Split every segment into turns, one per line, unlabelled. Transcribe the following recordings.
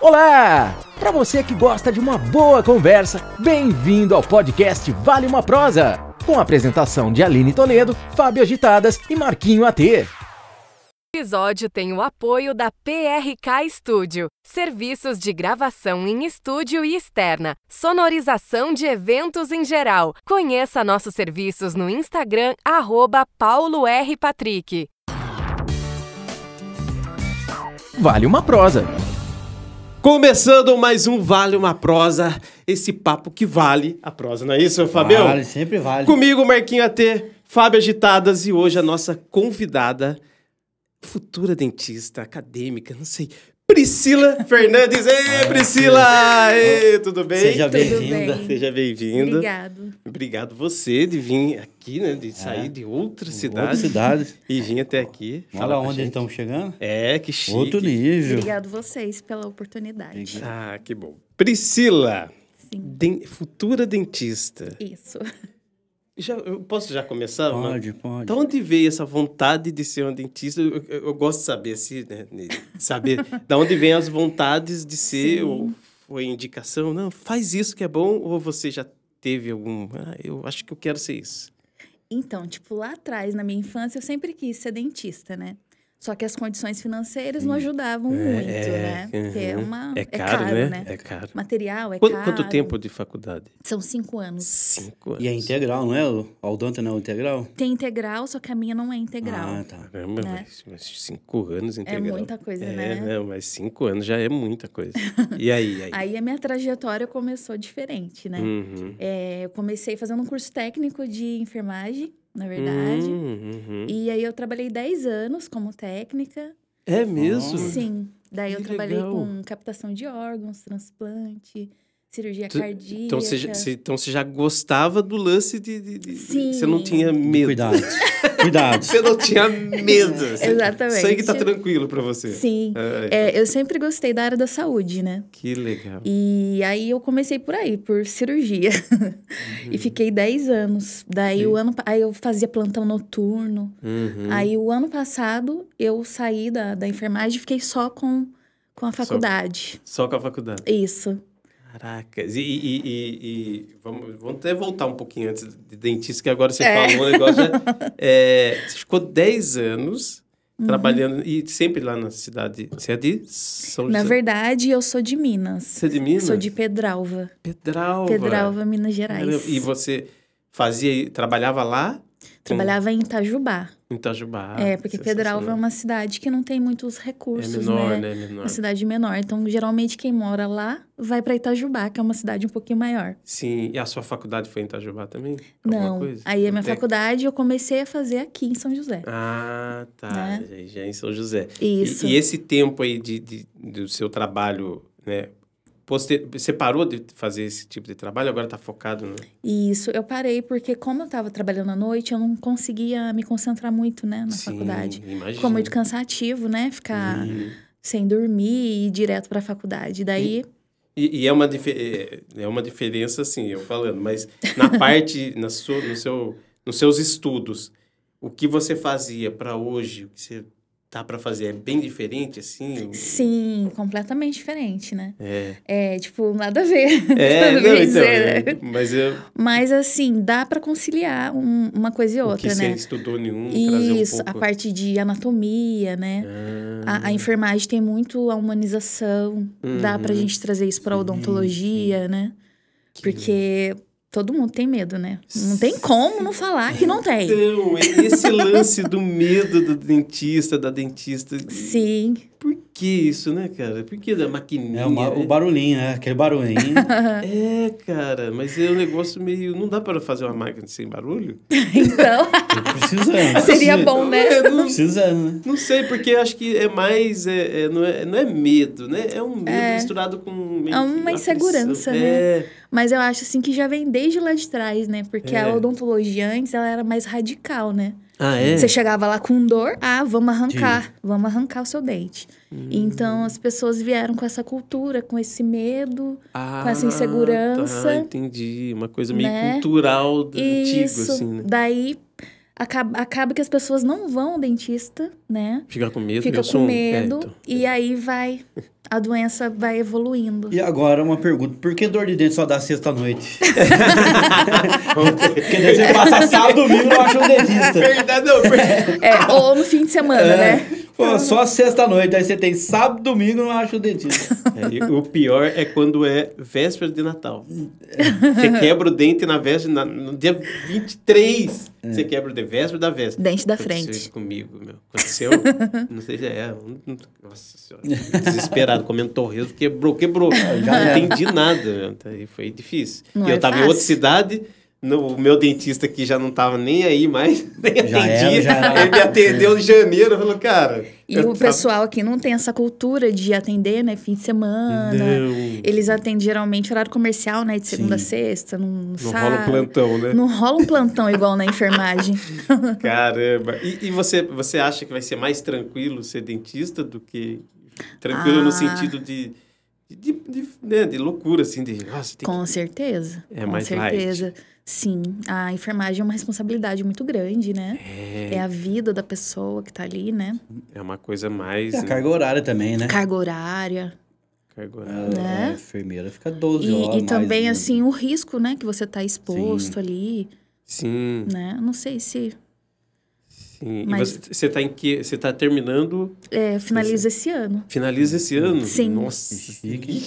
Olá! Para você que gosta de uma boa conversa, bem-vindo ao podcast Vale uma Prosa, com a apresentação de Aline Toledo, Fábio Agitadas e Marquinho AT.
O episódio tem o apoio da PRK Studio, serviços de gravação em estúdio e externa, sonorização de eventos em geral. Conheça nossos serviços no Instagram arroba Paulo R. Patrick.
Vale uma prosa.
Começando mais um Vale uma Prosa, esse papo que vale a prosa, não é isso, Fabião?
Vale, sempre vale.
Comigo, Marquinho AT, Fábio Agitadas e hoje a nossa convidada, futura dentista, acadêmica, não sei, Priscila Fernandes. Ei, Priscila! Ei, tudo bem?
Seja
Tudo
bem-vinda.
bem.
Seja bem-vinda.
Obrigado.
Obrigado você de vir aqui, né? De sair de outra cidade
Outra cidade.
e vir até aqui.
Olha
falar com a
onde
gente.
eles estão chegando.
É, que chique.
Outro nível.
Obrigado vocês pela oportunidade.
Obrigado.
Ah, que bom. Priscila,
Sim,
den- futura dentista.
isso.
Já, eu posso já começar? mano?
Pode, pode.
De onde veio essa vontade de ser um dentista? Eu, eu- eu gosto de saber se, né, de saber da onde vem as vontades de ser
Sim.
ou foi indicação? Não, faz isso que é bom ou você já teve algum? Ah, eu acho que eu quero ser isso.
Então, tipo, lá atrás, na minha infância, eu sempre quis ser dentista, né? Só que as condições financeiras não ajudavam muito, né? Porque é
É, uhum.
uma.
É caro, né?
né?
É caro.
Material é
Quanto,
caro.
quanto tempo de faculdade?
São cinco anos.
Cinco anos.
E é integral, não é? O Aldonta não é o integral?
Tem integral, só que a minha não é integral.
Ah, tá.
Caramba,
né?
mas, mas cinco anos
é
integral.
muita coisa,
É,
né?
não, mas cinco anos já é muita coisa. E aí? aí?
Aí a minha trajetória começou diferente, né?
Uhum.
É, eu comecei fazendo um curso técnico de enfermagem, na É verdade.
Hum, uhum.
E aí eu trabalhei 10 anos como técnica.
É mesmo?
Nossa.
Sim. Daí eu
Que
trabalhei
legal.
com captação de órgãos, transplante, cirurgia
Tu-
cardíaca.
Então você, já, você- então você já gostava do lance de. de- de-
Sim.
Você não tinha medo.
Cuidado. Cuidado.
Você não tinha medo. Você-
Exatamente.
Isso aí que tá tranquilo pra você.
Sim.
Ai,
É, eu sempre gostei da área da saúde, né?
Que legal.
E aí eu comecei por aí, por cirurgia.
Uhum.
e fiquei 10 anos. Daí o ano. pa- Aí eu fazia plantão noturno.
Uhum.
Aí o ano passado eu saí da, da enfermagem e fiquei só com, com a faculdade.
Só com a faculdade.
Isso.
Caracas. E, e- e- e- vamos, vamos até voltar um pouquinho antes de dentista, que agora você falou um negócio. né? É, você ficou 10 anos
Uhum.
trabalhando e sempre lá na cidade. Você é de São
Na
José?
verdade, eu sou de Minas.
Você é de Minas?
Sou de Pedralva.
Pedralva.
Pedralva, Minas Gerais.
Caramba, E você fazia, trabalhava lá?
Trabalhava em Itajubá.
Em Itajubá.
é, porque Pedralva é uma cidade que não tem muitos
Ah, É
recursos,
menor,
né?
né? Menor.
Uma cidade menor. Então, geralmente, quem mora lá vai pra Itajubá, que é uma cidade um pouquinho maior.
Sim. E a sua faculdade foi em Itajubá também? Alguma
Não.
coisa?
Aí, a minha
Não tem?
faculdade eu comecei a fazer aqui em São José.
Ah, tá.
Né?
Já- Já em São José. Ah, E-
Isso.
E, é esse tempo aí de, de- do seu trabalho, né? Poster... Você parou de fazer esse tipo de trabalho? Agora tá focado no...
Isso. Eu parei porque, como eu tava trabalhando à noite, eu não conseguia me concentrar muito, né, na faculdade.
imagina.
Ficou muito cansativo, né? Ficar
Uhum.
sem dormir e ir direto pra faculdade. Daí.
E, e é, uma dife- é- é uma diferença, assim, eu falando, mas na parte, na sua, no seu, nos seus estudos, o que você fazia para hoje, o que você tá para fazer, é bem diferente, assim?
Sim, completamente diferente, né?
É,
É, tipo, nada a ver.
é
Tudo
não,
bem
então,
dizer, né?
é, mas eu,
Mas assim, dá pra conciliar um- uma coisa e
o que
outra,
você
né?
estudou nenhum, trazer um
Isso,
pouco...
a parte de anatomia, né?
Ah,
A, a enfermagem tem muito a humanização. Dá pra
uhum.
gente trazer isso pra odontologia, né?
Que
Porque todo mundo tem medo, né? Não tem como não falar que não tem.
Então, e esse lance do medo do dentista, da dentista,
Sim.
por que isso, né, cara? Por que da maquininha?
É uma- o
né?
barulhinho, né? Aquele barulhinho.
É, cara, mas é um negócio meio. Não dá para fazer uma máquina sem barulho?
Então,
Precisando.
seria
precisa-
bom, né?
É, não,
Precisando, né?
não sei, porque acho que é mais. É, é, não, é, não é medo, né? É um medo misturado com. meio que
É uma
aflição.
insegurança, né?
É.
Mas eu acho assim que já vem desde lá de trás, né? Porque
É.
a odontologia antes ela era mais radical, né?
Ah, é?
Você chegava lá com dor, ah, vamos arrancar, vamos arrancar o seu dente.
Hum.
Então as pessoas vieram com essa cultura, com esse medo.
Ah,
com essa insegurança,
Tá, entendi. Uma coisa meio
né?
cultural do antigo,
Isso.
assim, né?
Daí acaba, acaba que as pessoas não vão ao dentista, né?
Fica com medo.
Fica
eu sou
com
um-
medo
é, então.
e aí vai a doença vai evoluindo.
E agora uma pergunta: por que dor de dente só dá sexta-noite? Porque daí você passa sábado domingo e não acha um dentista.
Verdade, não. verdade.
É, ou no fim de semana,
É.
né?
Pô, só sexta-noite, aí você tem sábado domingo e não acha um dentista.
É, e o pior é quando é véspera de Natal. Você quebra o dente na véspera, na- no dia 23. Você quebra o dente, véspera da véspera.
Dente da
Aconteceu
frente.
isso comigo, meu. Aconteceu, não sei se é. um- um- Nossa senhora. Desesperado, comendo torresmo, quebrou, quebrou. não
era.
entendi nada. meu. Tá, E foi difícil.
Não
e eu
é
tava em
fácil.
outra cidade. no- o meu dentista aqui já não tava nem aí mais, nem
Já era,
atendia.
já era.
Ele me atendeu em janeiro, falou, cara.
E
eu
o
tava-
pessoal aqui não tem essa cultura de atender, né? Fim de semana.
Não.
Eles atendem geralmente horário comercial, né? De segunda
Sim.
a sexta, não
Não rola um plantão, né?
Não rola um plantão igual na enfermagem.
Caramba. E, e você, você acha que vai ser mais tranquilo ser dentista do que. Tranquilo no
Ah.
sentido de. De, de, né, de loucura, assim, de. Nossa, tem que-
Com certeza.
É
com
mais light.
certeza. Sim, a enfermagem é uma responsabilidade muito grande, né? É, a vida da pessoa que tá ali, né?
É uma coisa mais.
E a
né,
carga horária também, né?
Carga horária.
cargo-
Né?
A Ah, é, enfermeira fica 12 horas.
E, e
mais,
também,
né?
assim, o risco, né? Que você tá exposto
Sim.
ali,
Sim,
né? Não sei se
sim.
Mas-
E você, você tá em que. Você tá terminando.
é, finaliza esse ano.
Finaliza esse ano.
Sim.
Nossa.
Chique.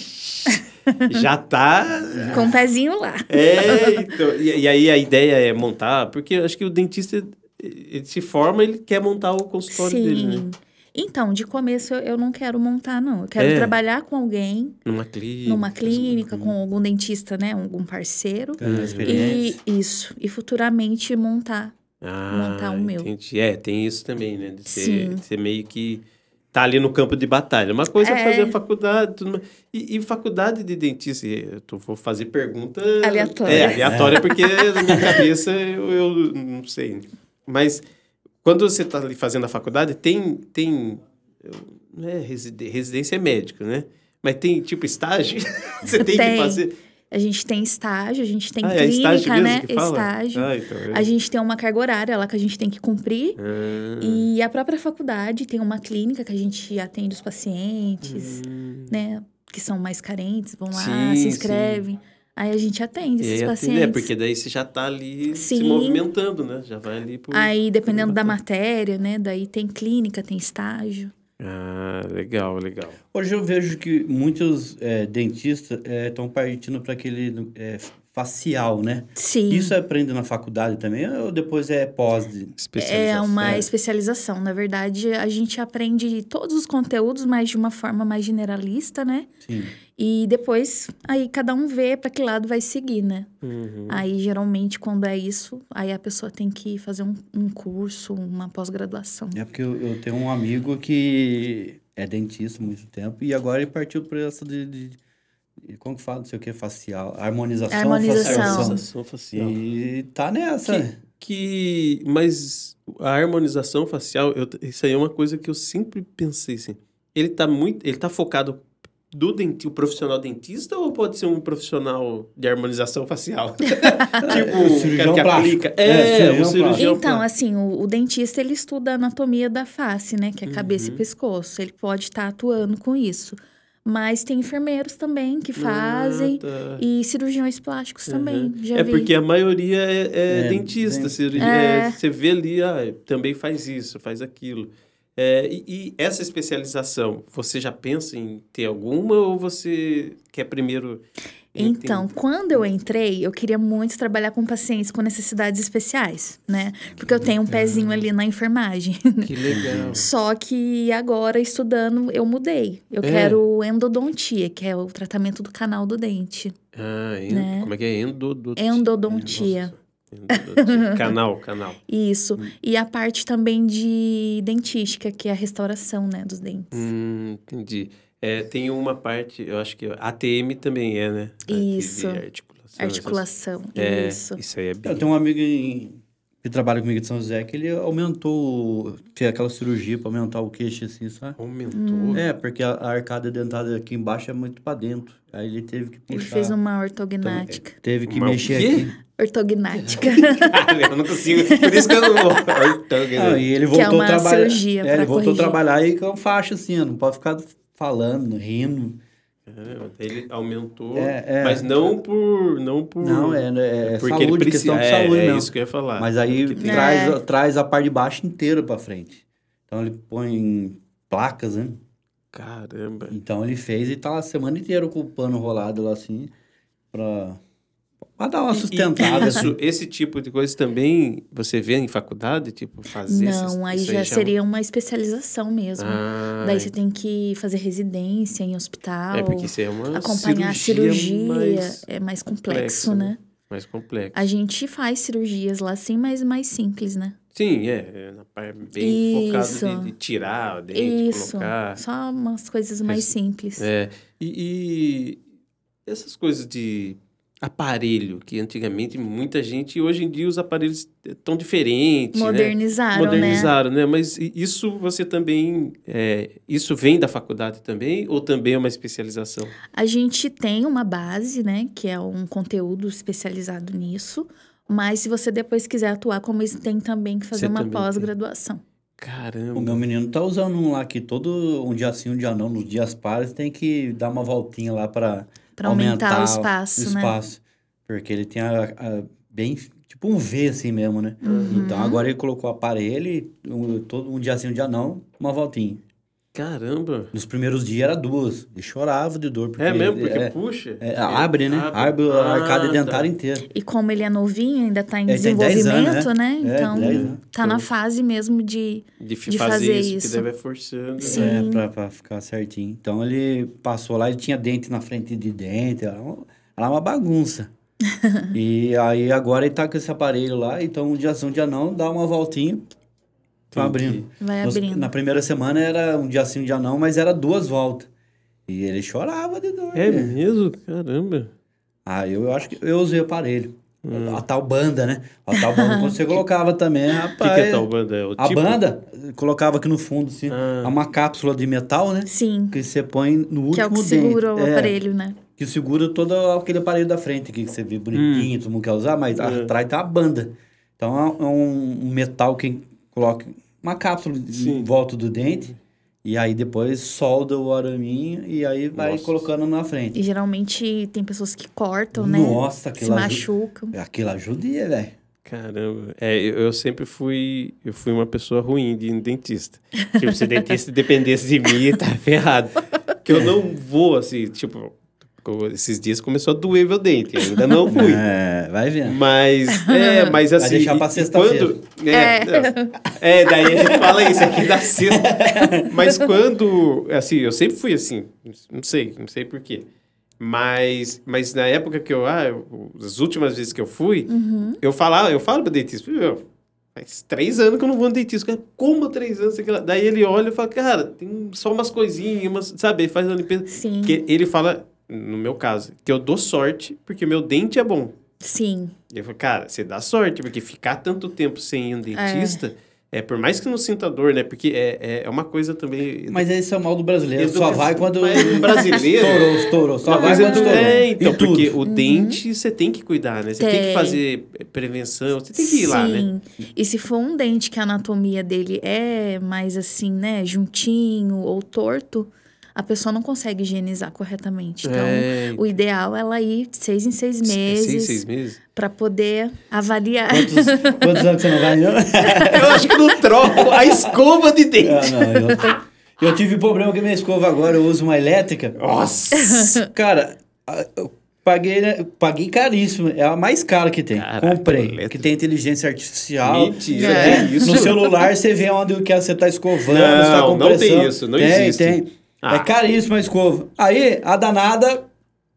Já tá.
Com o pezinho lá.
É, então, e, e aí a ideia é montar, porque eu acho que o dentista ele se forma, ele quer montar o consultório dele, né?
Então, de começo eu, eu não quero montar, não. Eu quero
É.
trabalhar com alguém,
Numa clínica.
numa clínica, com algum dentista, né? Algum parceiro.
Ganhando
E
experiência.
isso. E futuramente montar.
Ah,
montar o meu.
Entendi. É, tem isso também, né? De ser,
Sim.
de ser meio que tá ali no campo de batalha. Uma coisa é,
É.
fazer faculdade, tudo mais. E, e faculdade de dentista, eu tô, vou fazer pergunta...
Aleatória.
É, aleatória, porque na minha cabeça eu, eu não sei. Mas quando você tá ali fazendo a faculdade, tem... tem eu- não é reside- residência é médico, né? Mas tem, tipo, estágio? você tem, que
Tem.
fazer...
A gente tem estágio, a gente tem
Ah, é
clínica,
estágio mesmo
né?
que fala?
Estágio.
Ah, então... é.
A gente tem uma carga horária lá que a gente tem que cumprir.
Ah.
E a própria faculdade tem uma clínica que a gente atende os pacientes,
Hum.
né? Que são mais carentes, vão lá,
Sim, sim.
se inscrevem. Aí a gente atende esses
E aí,
pacientes.
É, porque daí você já tá ali se
Sim.
movimentando, né? Já vai ali pro...
Aí, dependendo da
bacana.
matéria, né? Daí tem clínica, tem estágio.
Ah, legal, legal.
Hoje eu vejo que muitos é, dentistas estão partindo para aquele é, facial, né?
Sim.
Isso aprende na faculdade também ou depois é pós? de-
é uma
é.
especialização. Na verdade, a gente aprende todos os conteúdos, mas de uma forma mais generalista, né?
Sim.
E depois, aí cada um vê pra que lado vai seguir, né?
Uhum.
Aí, geralmente, quando é isso, aí a pessoa tem que fazer um, um curso, uma pós-graduação.
É porque eu, eu tenho um amigo que é dentista há muito tempo e agora ele partiu para essa de, de- de- Como que fala? Não sei o que, facial. Harmonização.
Harmonização.
facial.
Harmonização facial.
E tá nessa.
Que, mas a harmonização facial, eu- isso aí é uma coisa que eu sempre pensei, assim. Ele tá muito... Ele tá focado do denti, o profissional dentista ou pode ser um profissional de harmonização facial? tipo, o cara
cirurgião
que
plástico.
aplica.
É,
É, o
cirurgião
cirurgião
Então,
plástico.
assim, o, o dentista, ele estuda a anatomia da face, né? Que é cabeça
Uhum.
e pescoço. Ele pode estar atuando com isso. Mas tem enfermeiros também que fazem.
Ah, tá.
E cirurgiões plásticos também. Já
é
vi.
porque a maioria é, é
É,
dentista,
bem-
cirurgia-
É.
é, você vê ali, ah, também faz isso, faz aquilo. É, e, e essa especialização, você já pensa em ter alguma ou você quer primeiro...
Então, quando eu entrei, eu queria muito trabalhar com pacientes com necessidades especiais, né? Porque eu tenho um pezinho ali na enfermagem.
que legal.
Só que agora, estudando, eu mudei. Eu
É.
quero endodontia, que é o tratamento do canal do dente.
Ah, en-
Né?
como é que é? Endodotia.
Endodontia.
Endodotia. canal, canal.
Isso.
Hum.
E a parte também de dentística, que é a restauração, né, dos dentes.
Hum, entendi. É, tem uma parte, eu acho que ATM também é, né?
Isso.
Articulação. essas-
Articulação.
É,
Isso.
isso aí é bem...
Eu tenho um amigo em que trabalha comigo de São José, que ele aumentou, o- fez aquela cirurgia para aumentar o queixo, assim, sabe?
Aumentou.
Hum.
É, porque a, a arcada dentada aqui embaixo é muito para dentro. Aí ele teve que
Ele
tá
puxar.
fez um- uma ortognática.
Teve que
Uma o
mexer
quê?
aqui.
Ortognática.
Cara, eu não consigo. Por isso que eu não vou. tá,
Não, Ah, e ele
Que é
voltou
uma
a trabalhar.
cirurgia
é,
pra
ele voltou a
corrigir.
trabalhar e com faixa, assim, ó, não pode ficar falando, rindo.
Caramba, Ele aumentou,
É, é.
mas não por. Não, por,
Não, é, é,
porque
saúde,
ele precisa.
questão de
é,
saúde
é
mesmo.
isso que eu ia falar.
Mas aí
Porque tem-
traz,
É.
traz a parte de baixo inteira pra frente. Então ele põe placas, né?
Caramba.
Então ele fez e tá lá a semana inteira com o pano rolado lá assim, pra, pra dar uma
E- e
sustentada. assim.
isso, esse tipo de coisa também você vê em faculdade? Tipo, fazer esses-
Não, aí
isso
já
chama-
seria uma especialização mesmo.
Ah,
Daí você tem que fazer residência em hospital,
É porque isso é uma
acompanhar
cirurgia,
a cirurgia.
mais,
é mais
complexa,
complexo, né?
mais complexa.
A gente faz cirurgias lá sim, mas mais simples, né?
Sim, é, é na parte bem focada
Isso.
de, de tirar o dente,
Isso.
colocar.
Só umas coisas mais
Res-
simples.
É, e, e essas coisas de aparelho, que antigamente muita gente, hoje em dia os aparelhos estão diferentes, né?
Modernizaram, né?
Modernizaram, né? Mas i- isso você também, é, isso vem da faculdade também ou também é uma especialização?
A gente tem uma base, né? Que é um conteúdo especializado nisso. Mas se você depois quiser atuar como isso, tem também que
Você
fazer uma
também tem.
pós-graduação.
O
Caramba,
meu menino tá usando um lá que todo um dia sim, um dia não, nos dias pares, tem que dar uma voltinha lá pra
Pra aumentar,
aumentar
o espaço,
o
né?
espaço. Porque ele tem a, a- bem, tipo um V assim mesmo, né?
Uhum.
Então agora ele colocou o aparelho, um, todo um dia sim, um dia não, uma voltinha.
caramba.
Nos primeiros dias era duas. E chorava de dor. Porque,
É mesmo, porque
é,
puxa.
é, abre, né? Abre, a arcada
Ah,
dentária
tá.
inteira.
E como ele é novinho, ainda está em
Ele tem 10
desenvolvimento,
anos,
né?
É,
Então,
10 anos.
tá na fase mesmo de.
De, fi-
de
fazer,
fazer
isso, que
isso.
deve é forçando.
Sim.
né?
É, pra, pra ficar certinho. Então ele passou lá e tinha dente na frente de dente. Era uma, era uma bagunça. e aí agora ele tá com esse aparelho lá. Então um dia sim, um dia não, dá uma voltinha. Tá
Entendi.
abrindo.
Vai
Nos-
abrindo.
na primeira semana era um dia sim, um dia não, mas era duas voltas. E ele chorava de dor.
É
né?
mesmo? Caramba.
Ah, eu, eu acho que eu usei aparelho. A tal banda, né? A tal banda quando você colocava também,
O Hum. que,
rapaz.
que é tal banda? É o
A
tipo?
banda eh, colocava aqui no fundo, assim,
Ah.
é uma cápsula de metal, né?
Sim.
Que você põe no último
Que é o que
dente.
segura o
É,
aparelho, né?
que segura todo aquele aparelho da frente, que você vê bonitinho, todo mundo quer usar, mas
Hum. É.
atrás tá a banda. Então é um, um metal que coloca uma cápsula em
Sim.
volta do dente, e aí depois solda o araminho e aí vai
Nossa.
colocando na frente.
E geralmente tem pessoas que cortam, né?
Nossa,
Se
aquilo ajuda.
machucam.
Aquilo ajudia, velho.
Caramba. É, eu, eu sempre fui, eu fui uma pessoa ruim de ir no dentista. Tipo, se o dentista dependesse de mim, tá ferrado. Que eu não vou, assim, tipo, co- esses dias começou a doer meu dente, eu ainda não fui.
É, vai vendo.
Mas, é, mas assim...
deixar pra
e- e
sexta-feira.
quando- É, não. é, daí a gente fala isso aqui da sexta. Mas quando, assim, eu sempre fui assim, não sei, não sei porquê. Mas, mas na época que eu, ah, eu- as últimas vezes que eu fui,
Uhum.
eu falava, eu falo pro dentista, meu, faz três anos que eu não vou no dentista. Cara, como três anos? Sei que lá. Daí ele olha e fala, cara, tem só umas coisinhas, umas, sabe? Ele faz uma limpeza.
Sim.
Que ele fala, no meu caso, que eu dou sorte porque meu dente é bom.
Sim.
Ele fala, cara, você dá sorte, porque ficar tanto tempo sem ir no dentista, é, por mais que não sinta dor, né? Porque é, é, é uma coisa também...
Mas esse é o mal do brasileiro. Só
Educação.
vai quando.
Mas o brasileiro-
Estourou, estourou. Só
Não,
vai
mas
quando
é,
estourou.
é, então,
Em tudo.
porque o dente você tem que cuidar, né? Você tem, que
Tem.
fazer prevenção, você tem que ir lá, né?
Sim. E se for um dente que a anatomia dele é mais assim, né, juntinho ou torto, a pessoa não consegue higienizar corretamente. Então,
É,
o ideal é ela ir de seis em seis
Seis,
meses
seis meses?
pra poder avaliar.
Quantos, quantos anos você não vai? não?
Eu acho que não troco a escova de dente.
Ah, não, eu, eu tive problema com a minha escova agora, eu uso uma elétrica.
Nossa! É
Cara, a- eu paguei, né, eu paguei caríssimo. É a mais cara que tem.
Caraca,
Comprei.
elétrica.
Que tem inteligência artificial.
Mentira,
Você
tem isso?
No celular você vê onde que você tá escovando,
Não,
se tá com
não tem
pressão.
isso, não
tem,
existe.
Tem.
Ah.
É caríssima a escova. Aí, a danada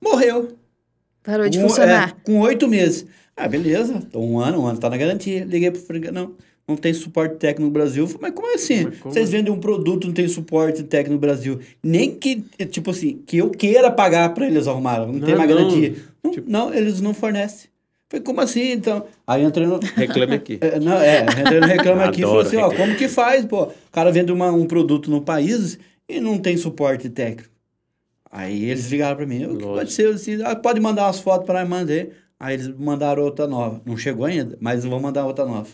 morreu.
Parou de
Um-
funcionar.
é, com oito meses. Ah, beleza. Então, Um ano, um ano tá na garantia. Liguei pro Franca, não. Não tem suporte técnico no Brasil. Falei, Mas como assim?
Mas como? é?"
Vocês vendem um produto, não tem suporte técnico no Brasil. Nem que, é, tipo assim, que eu queira pagar pra eles arrumarem. Não,
Não,
tem mais
não.
garantia. Não,
Tipo-
não, eles não fornecem. Falei, como assim, então? Aí entrei no...
Reclame aqui.
É, Não, é, entrei no Reclame Aqui e falou
Adoro
assim, ó,
Reclame.
como que faz, pô? O cara vende uma- um produto no país e não tem suporte técnico. Aí eles ligaram pra mim, o que
Lógico.
aconteceu? Assim, ah, pode mandar umas fotos pra nós, mandei. Aí eles mandaram outra nova. Não chegou ainda, mas vão mandar outra nova.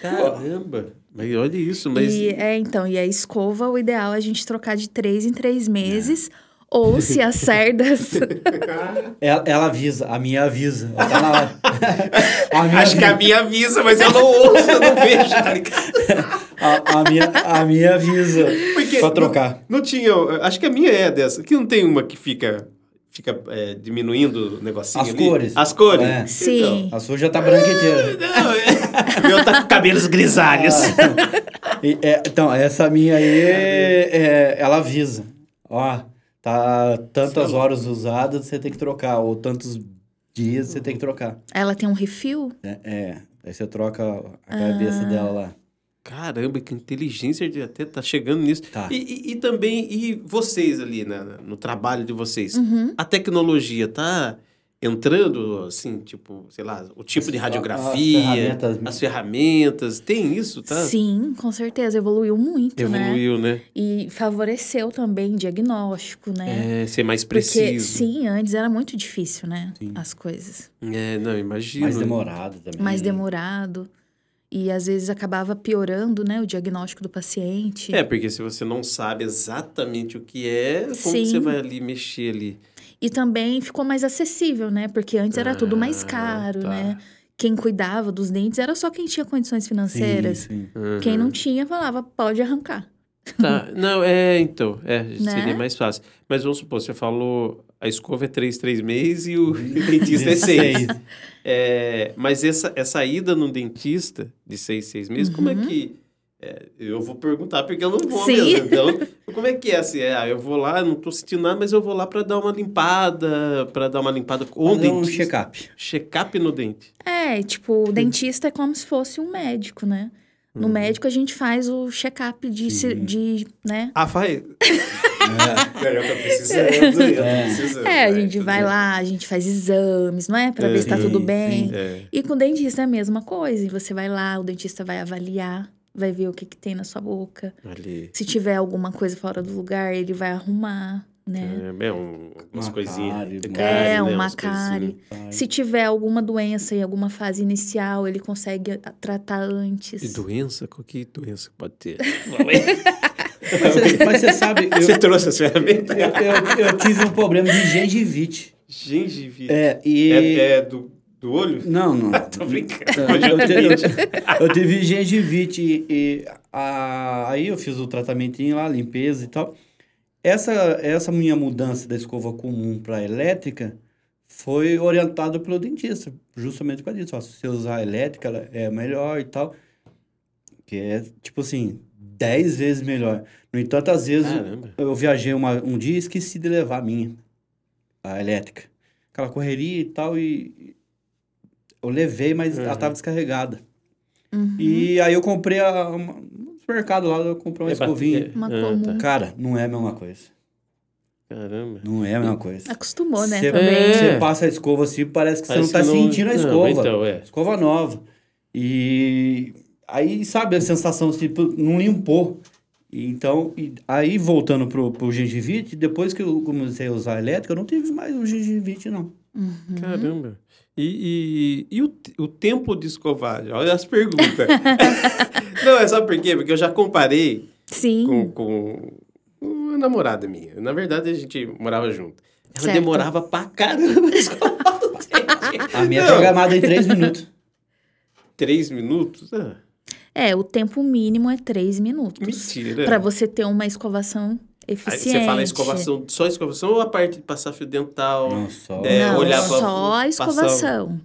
Caramba! Mas olha isso, mas.
E, é, então, e a escova, o ideal é a gente trocar de três em três meses. Ou se as cerdas.
Então.
Ela, ela avisa, a minha avisa. Ela tá na hora. a minha
Acho que a
avisa.
minha avisa, mas eu não ouço, eu não vejo, tá ligado?
A, a minha, a minha avisa.
Porque
pra trocar.
Não, não tinha. Acho que a minha é dessa. Que não tem uma que fica, fica é, diminuindo o negocinho
As
ali?
cores.
As cores. Então.
É.
Sim.
A sua já tá branca inteira.
Não, é- o meu tá com cabelos grisalhos.
E, é, então, essa minha aí, é, ela avisa. Ó, tá tantas horas usadas, você tem que trocar. Ou tantos dias, você tem que trocar.
Ela tem um refil?
É, é. aí você troca a cabeça dela lá.
Ah, Caramba, que inteligência de até tá chegando nisso.
Tá.
E, e- e também, e vocês ali na- na- no trabalho de vocês,
Uhum.
a tecnologia tá entrando, assim, tipo, sei lá, o tipo de
As-
radiografia,
as ferramentas.
as ferramentas, tem isso, tá?
Sim, com certeza. Evoluiu muito, né?
Evoluiu, né?
E favoreceu também diagnóstico, né?
É, ser mais
Porque,
preciso.
sim, antes era muito difícil, né?
Sim.
As coisas.
É, não, imagino.
Mais demorado também.
mais demorado. E às vezes acabava piorando, né, o diagnóstico do paciente.
É, porque se você não sabe exatamente o que é, como
Sim.
você vai ali mexer ali?
E também ficou mais acessível, né? Porque antes era tudo mais
Ah,
caro,
tá.
né? Quem cuidava dos dentes era só quem tinha condições
Sim,
financeiras.
sim.
Quem não tinha falava, pode arrancar.
Uhum. Tá, não, é, então, é, seria
Né?
mais fácil. Mas vamos supor, você falou, a escova é três, três meses e o dentista é seis. É, mas essa, essa ida no dentista de seis, seis meses, como é
Uhum.
que... é, eu vou perguntar porque eu não vou
Sim.
mesmo, então, como é que é assim? É, ah, eu vou lá, não tô sentindo nada, mas eu vou lá pra dar uma limpada, pra dar uma limpada com o
Fazer um
dentista.
check-up.
Check-up no dente.
É, tipo, o dentista é como se fosse um médico, né? No
Hum.
médico a gente faz o check-up de, se-
Sim.
de, né?
Ah, faz.
É.
Eu tô precisando, eu tô precisando.
É, a gente vai lá, a gente faz exames, não é? Pra ver se tá
Sim,
tudo
sim.
bem.
É.
E com o dentista é a mesma coisa. E você vai lá, o dentista vai avaliar, vai ver o que, que tem na sua boca.
Ali.
Se tiver alguma coisa fora do lugar, ele vai arrumar, né?
É, é um, umas
Uma
coisinhas.
cárie,
de
uma-
cárie,
É,
né,
uma
umas coisinhas.
Se tiver alguma doença em alguma fase inicial, ele consegue a- tratar antes.
E doença? Qual que doença que pode ter?
Mas você- Mas você sabe, eu,
Você trouxe as ferramentas?
eu, eu- eu tive um problema de gengivite.
Gengivite. É,
É, e...
é do, do olho?
Não, não.
Ah,
Tá,
Tô brincando.
Eu, te- eu- eu tive gengivite e, e a- aí eu fiz o tratamentinho lá, limpeza e tal. Essa, essa minha mudança da escova comum para elétrica foi orientada pelo dentista, justamente por causa disso. Ó, se você usar a elétrica, ela é melhor e tal. Que é, tipo assim, 10 vezes melhor. No entanto, às vezes
Caramba.
eu viajei uma- um dia e esqueci de levar a minha, a elétrica. Aquela correria e tal, e eu levei, mas
Uhum.
ela tava descarregada.
Uhum.
E aí eu comprei a, uma, no supermercado lá, eu comprei uma
É
escovinha.
bater-
Uma
Ah,
comum.
Cara, não é a mesma coisa.
Caramba.
Não é a mesma coisa.
Acostumou, né?
Cê-
Também.
É.
Você passa a escova assim, parece que
Parece
você não tá
que
sentindo a
não,
escova.
então, é.
Escova nova. E aí, sabe, a sensação, tipo, não limpou. E Então, e aí voltando pro, pro gengivite, depois que eu comecei a usar a elétrica, eu não tive mais o gengivite, não.
Uhum.
Caramba. E, e, e o, te- o tempo de escovagem? Olha as perguntas. não, é só por quê? Porque eu já comparei
Sim.
com, com uma namorada minha. Na verdade, a gente morava junto. Ela
Certo.
demorava pra caramba pra escovar o dente.
A minha é
Não,
programada em três minutos.
Três minutos? Ah,
É, o tempo mínimo é três minutos.
mentira.
Pra você ter uma escovação
Aí
eficiente.
você fala escovação, só escovação ou a parte de passar fio dental?
Não, só.
É,
não,
olhar pra-
só
passar-
a escovação.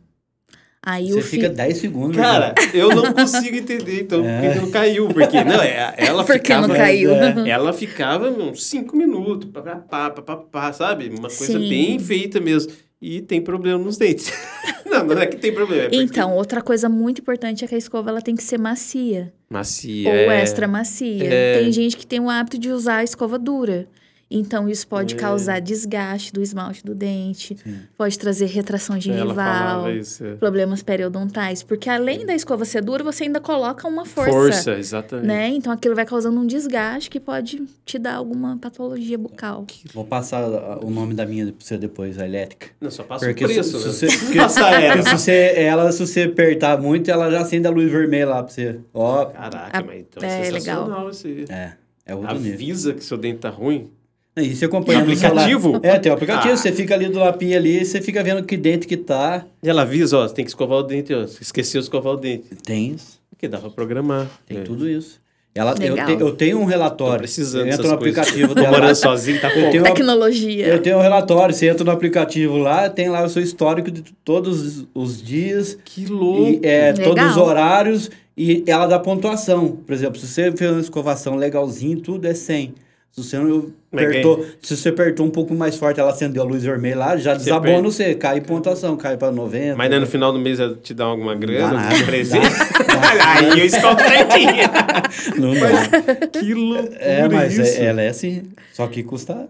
Aí
Você
o fi-
fica 10 segundos. né? meu
Cara,
irmão.
eu não consigo entender, então,
É.
porque não caiu. Porque, não, é- ela
Porque
ficava...
não caiu.
é.
Ela ficava uns cinco minutos, pá, pá, pá, pá, pá, pá, sabe? Uma coisa
Sim.
bem feita mesmo. E tem problema nos dentes. não, não é que tem problema. É porque-
Então, outra coisa muito importante é que a escova ela tem que ser macia
Macia.
ou
é.
extra macia.
É.
Tem gente que tem o hábito de usar a escova dura. Então, isso pode causar desgaste do esmalte do dente,
Sim.
pode trazer retração
É, Ela
gengival,
falava isso. é.
problemas periodontais. Porque além da escova ser dura, você ainda coloca uma força.
Força, é. exatamente.
Né? Então aquilo vai causando um desgaste que pode te dar alguma patologia bucal.
Vou passar a- o nome da minha pra você depois, a elétrica.
Não, só passa o
se-
preço.
se,
né?
você, porque-
Passa
porque
ela.
se você- ela, se você apertar muito, ela já acende a luz vermelha lá pra você. Ó,
Caraca,
Ah,
mas então
é
é
legal.
sensacional esse.
é, é
um
outro nível.
Avisa que seu dente tá ruim.
E você acompanha no
Aplicativo?
celular. É, tem o aplicativo.
Ah.
Você fica ali do lapinha ali, você fica vendo que dente que tá.
E ela avisa, ó, você tem que escovar o dente, ó. Você Esqueceu de escovar o dente.
Tem isso.
Porque dá pra programar.
Tem
É.
tudo isso. Ela, eu,
Legal.
te- eu tenho um relatório.
Tô precisando
eu entro
dessas
no
coisas.
aplicativo
Tô
dela.
morando sozinho, tá
Eu
pouco.
tenho, uma-
Tecnologia.
eu tenho um relatório. Você entra no aplicativo lá, tem lá o seu histórico de t- todos os- os dias,
Que
e,
louco.
é,
Hum, Legal.
todos os horários, e ela dá pontuação. Por exemplo, se você fez uma escovação legalzinho, tudo é 100. Se você não
Mas
apertou, se você apertou um pouco mais forte, ela acendeu a luz vermelha lá, já
Você
desabona
perde.
você, cai pontuação, cai pra 90.
Mas né, no final do mês ela te dá alguma grana,
nada,
algum presente.
dá.
Aí eu escovo o dentinho.
Não dá.
Que loucura
É, mas é-
isso.
ela é assim. Só que custa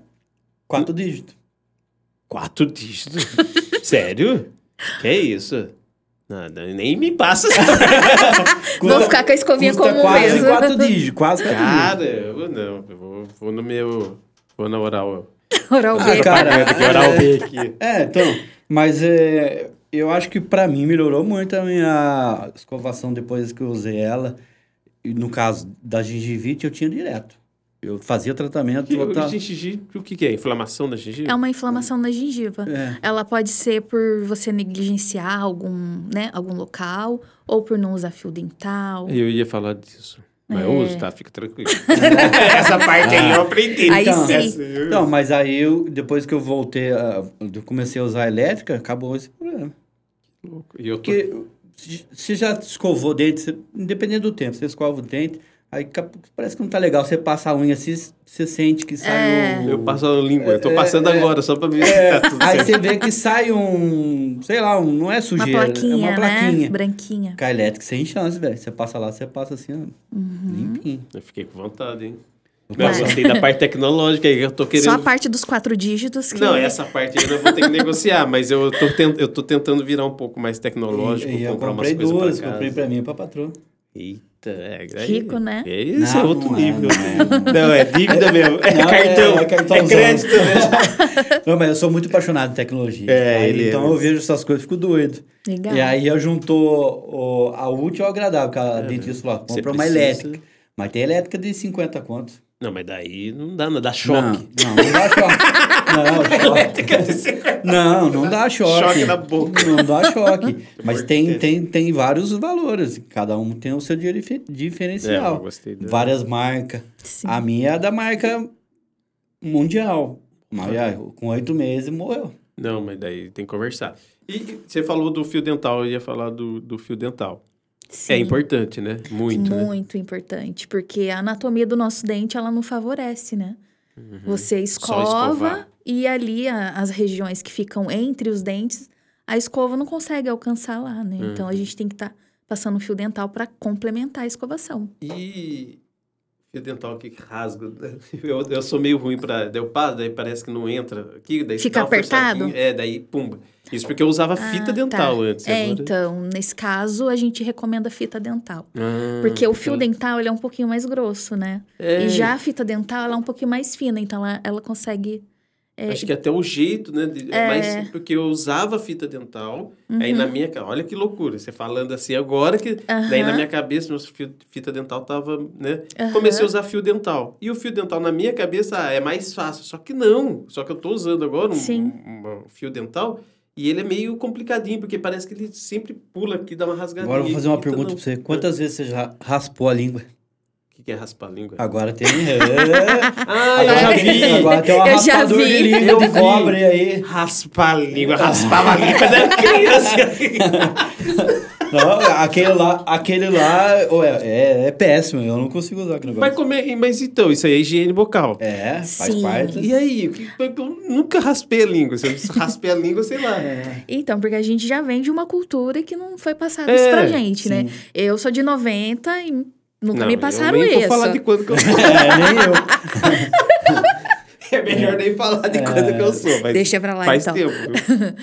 quatro dígitos.
Quatro dígitos? Sério? Que isso? Nada, nem me passa essa
Vou ficar com a escovinha
custa
comum
quase
mesmo.
quatro dígitos, quase quatro dígitos.
Cara, eu vou não. Eu vou, vou no meu. Vou na oral.
Oral
Ah,
B.
cara,
Que oral
é,
B aqui.
é, então, mas é, eu acho que pra mim melhorou muito a minha escovação depois que eu usei ela. E no caso da gengivite, eu tinha direto. Eu fazia tratamento.
Que- o
botava-
gengibre, o que, que é? Inflamação da gengiva?
É uma inflamação na gengiva.
É.
Ela pode ser por você negligenciar algum, né, algum local, ou por não usar fio dental.
Eu ia falar disso. Mas eu
É.
uso, tá? Fica tranquilo. essa parte aí eu aprendi.
Aí
Então,
sim.
Essa eu-
Não, mas aí eu, depois que eu voltei, a- eu comecei a usar a elétrica, acabou esse problema.
E eu tô...
Porque se- se já escovou o dente, você- independente do tempo, você escova o dente, aí cap- parece que não tá legal. Você passa a unha assim, você sente que sai
É.
um.
Eu passo a língua. Eu tô
é,
passando agora, só pra ver se tá tudo
Aí
certo.
você vê que sai um. Sei lá, um, não é
Uma
sujeira,
plaquinha,
é uma
né?
plaquinha.
Branquinha.
Com a elétrica, sem chance, velho. Você passa lá, você passa assim, ó,
Uhum.
limpinho.
Eu fiquei com vontade, hein? Não,
Mas-
eu gostei da parte tecnológica aí. Eu tô
Só a
querendo
parte dos quatro dígitos que
Não, essa parte aí eu vou ter que negociar, mas eu tô, ten- eu tô tentando virar um pouco mais tecnológico,
E- e eu
comprar umas
comprei
coisas pra
duas,
casa.
comprei pra mim e pra patroa.
Eita, é, é
Rico, né?
É isso, é
Não,
outro
não é,
nível.
não é, não
Não, é dívida mesmo. É
Não, é-
cartão.
é
É,
cartãozão.
crédito mesmo.
Não, mas eu sou muito apaixonado em tecnologia.
É,
Aí,
ele é
então eu vejo essas coisas e fico doido.
Legal.
E aí eu juntou o- a útil ao agradável, porque a dentista falou, ó,
É, Você
compra uma
precisa.
elétrica. Mas tem elétrica de 50 contos.
Não, mas daí não dá, não dá choque.
Não, não, não dá choque. Não, choque.
Quer dizer,
Não, não dá choque.
Choque na boca.
Não dá choque. Mas tem,
Certeza.
tem, tem vários valores. Cada um tem o seu difer-
É, eu
diferencial.
gostei dela.
Várias marcas.
Sim.
A minha é da marca mundial. Mas ah, com oito meses morreu.
Não, mas daí tem que conversar. E e você falou do fio dental, eu ia falar do, do fio dental.
Sim.
É importante, né? Muito, né?
importante, porque a anatomia do nosso dente, ela não favorece, né? Você
Só
escova
escovar.
e ali a- as regiões que ficam entre os dentes, a escova não consegue alcançar lá, né? Então a gente tem que estar passando um fio dental para complementar a escovação.
E fio dental aqui que rasga. Eu, eu sou meio ruim pra. Daí eu passo, daí parece que não entra. Aqui, daí
Fica
dá uma forçadinha,
apertado?
É, daí pumba. Isso porque eu usava fita
Ah,
dental
tá.
antes.
É,
agora-
então, nesse caso, a gente recomenda fita dental.
Ah,
Porque o fio
ela-
dental, ele é um pouquinho mais grosso, né?
É,
E já a fita dental, ela é um pouquinho mais fina, então ela, ela consegue... é,
Acho que até o jeito, né? de-
É.
Mas porque eu usava fita dental, é aí
Uhum.
na minha. ca- Olha que loucura. Você falando assim agora que. Daí na
Aham.
minha cabeça, meu fio, fita dental tava, né?
Aham.
Comecei a usar fio dental. E o fio dental na minha cabeça ah, é mais fácil. Só que não. Só que eu tô usando agora um,
Sim.
um- um fio dental e ele é meio complicadinho, porque parece que ele sempre pula aqui, dá uma rasgadinha.
Agora eu vou fazer uma
Fita
pergunta
não.
pra você. Quantas vezes você já raspou a língua?
O que que é raspar a língua?
Agora tem.
Ah, eu já
Agora tem,
vi!
agora tem uma
Eu já
raspadura
vi.
de língua
Eu
de
vi.
cobre aí.
Raspar a língua,
É.
raspava a língua quando era criança.
Não, aquele lá, aquele lá ué, é, é péssimo, eu não consigo usar aquele
mas,
negócio.
como é- mas então, isso aí é higiene bocal.
É, faz
Sim.
parte.
E aí? o que- Eu nunca raspei a língua. Se eu raspei a língua, sei lá.
Então, porque a gente já vem de uma cultura que não foi passada
É,
isso pra gente,
sim.
né? Eu sou de 90 e nunca me passaram
eu nem
isso.
vou falar de quando que eu
É, nem eu.
É melhor nem falar de quando que eu sou, mas
É. Deixa pra lá,
faz
então.
tempo.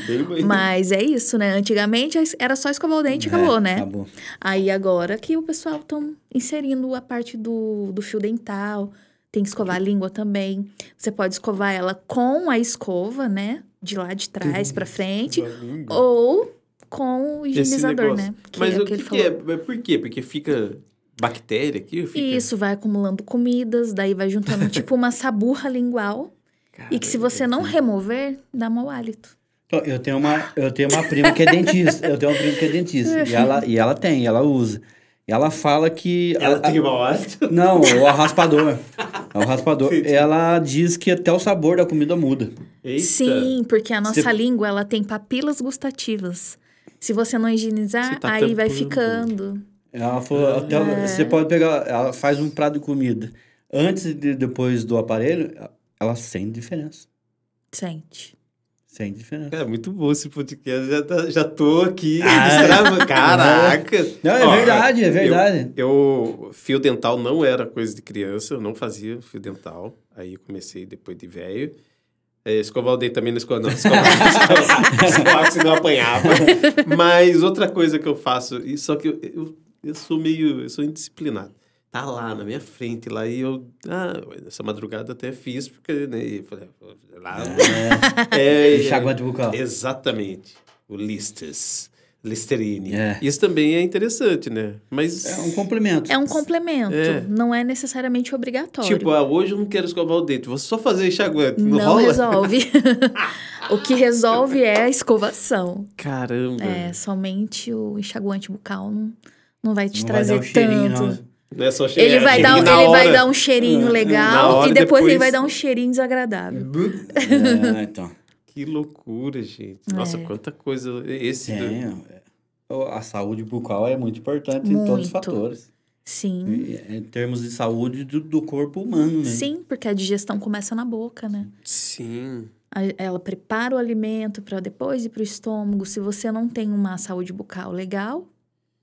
viu? Bem, bem.
Mas é isso, né? Antigamente era só escovar o dente e acabou, né?
Acabou.
Aí agora que o pessoal estão inserindo a parte do, do fio dental, tem que escovar a língua também. Você pode escovar ela com a escova, né? De lá de trás pra frente. Ou com o higienizador, né? tipo, Que
mas
é
o que, que é? É Por quê? Porque fica bactéria aqui? Fica...
Isso, vai acumulando comidas, daí vai juntando tipo uma saburra lingual. e que se você não remover, dá mau hálito.
Então, eu tenho uma, eu tenho uma prima que é dentista. Eu tenho uma prima que é dentista. E ela, e ela tem, ela usa. E ela fala que.
Ela
a-
tem
a-
mau hálito?
Não, o raspador. É o raspador.
Sim, sim.
Ela diz que até o sabor da comida muda.
Eita.
Sim, porque a nossa
Você-
língua, ela tem papilas gustativas. Se você não
Você
higienizar,
tá
aí vai
tampando.
ficando.
Ela falou,
Ah.
até o- você pode pegar, ela faz um prato de comida. Antes e de- depois do aparelho, ela sente diferença.
Sente.
Sente diferença.
Cara, muito bom esse podcast. Já, tá- já tô aqui
Ah.
destravando. Caraca!
Não, é
Ó,
verdade, é
eu-
verdade.
Eu, fio dental não era coisa de criança, eu não fazia fio dental. Aí eu comecei depois de velho. É, escovar o dente também não escova, não. Escovar, escovar, escovar, senão eu apanhava. Mas outra coisa que eu faço, e só que eu, eu, eu sou meio, eu sou indisciplinado. Tá lá na minha frente, lá, e eu, ah, essa madrugada até fiz, porque, né, e falei, lá... É, é,
Enxaguante bucal.
Exatamente. O Listas. Listerine.
É.
Isso também é interessante, né? Mas,
É um complemento.
É um complemento,
É.
não é necessariamente obrigatório.
tipo, ah, hoje eu não quero escovar o dente, vou só fazer enxaguante. Não,
não
rola?
resolve. o que resolve é a escovação.
Caramba.
É, somente o enxaguante bucal não, não vai te
Não vai dar
trazer
um cheirinho,
tanto.
não.
Não é só chegar
Ele, vai
chegar
dar, um-
na
ele vai
hora.
dar um cheirinho
Na
legal
hora,
e depois,
depois-
ele vai dar um cheirinho desagradável.
Uhum.
É, então.
Que loucura, gente. Nossa,
É.
quanta coisa. Esse. do-
Sim, é. A saúde bucal é muito importante em todos
Muito.
os fatores.
Sim.
E- é, Em termos de saúde do, do corpo humano, né?
Sim, porque a digestão começa na boca, né?
Sim.
A- Ela prepara o alimento para depois ir para o estômago. Se você não tem uma saúde bucal legal,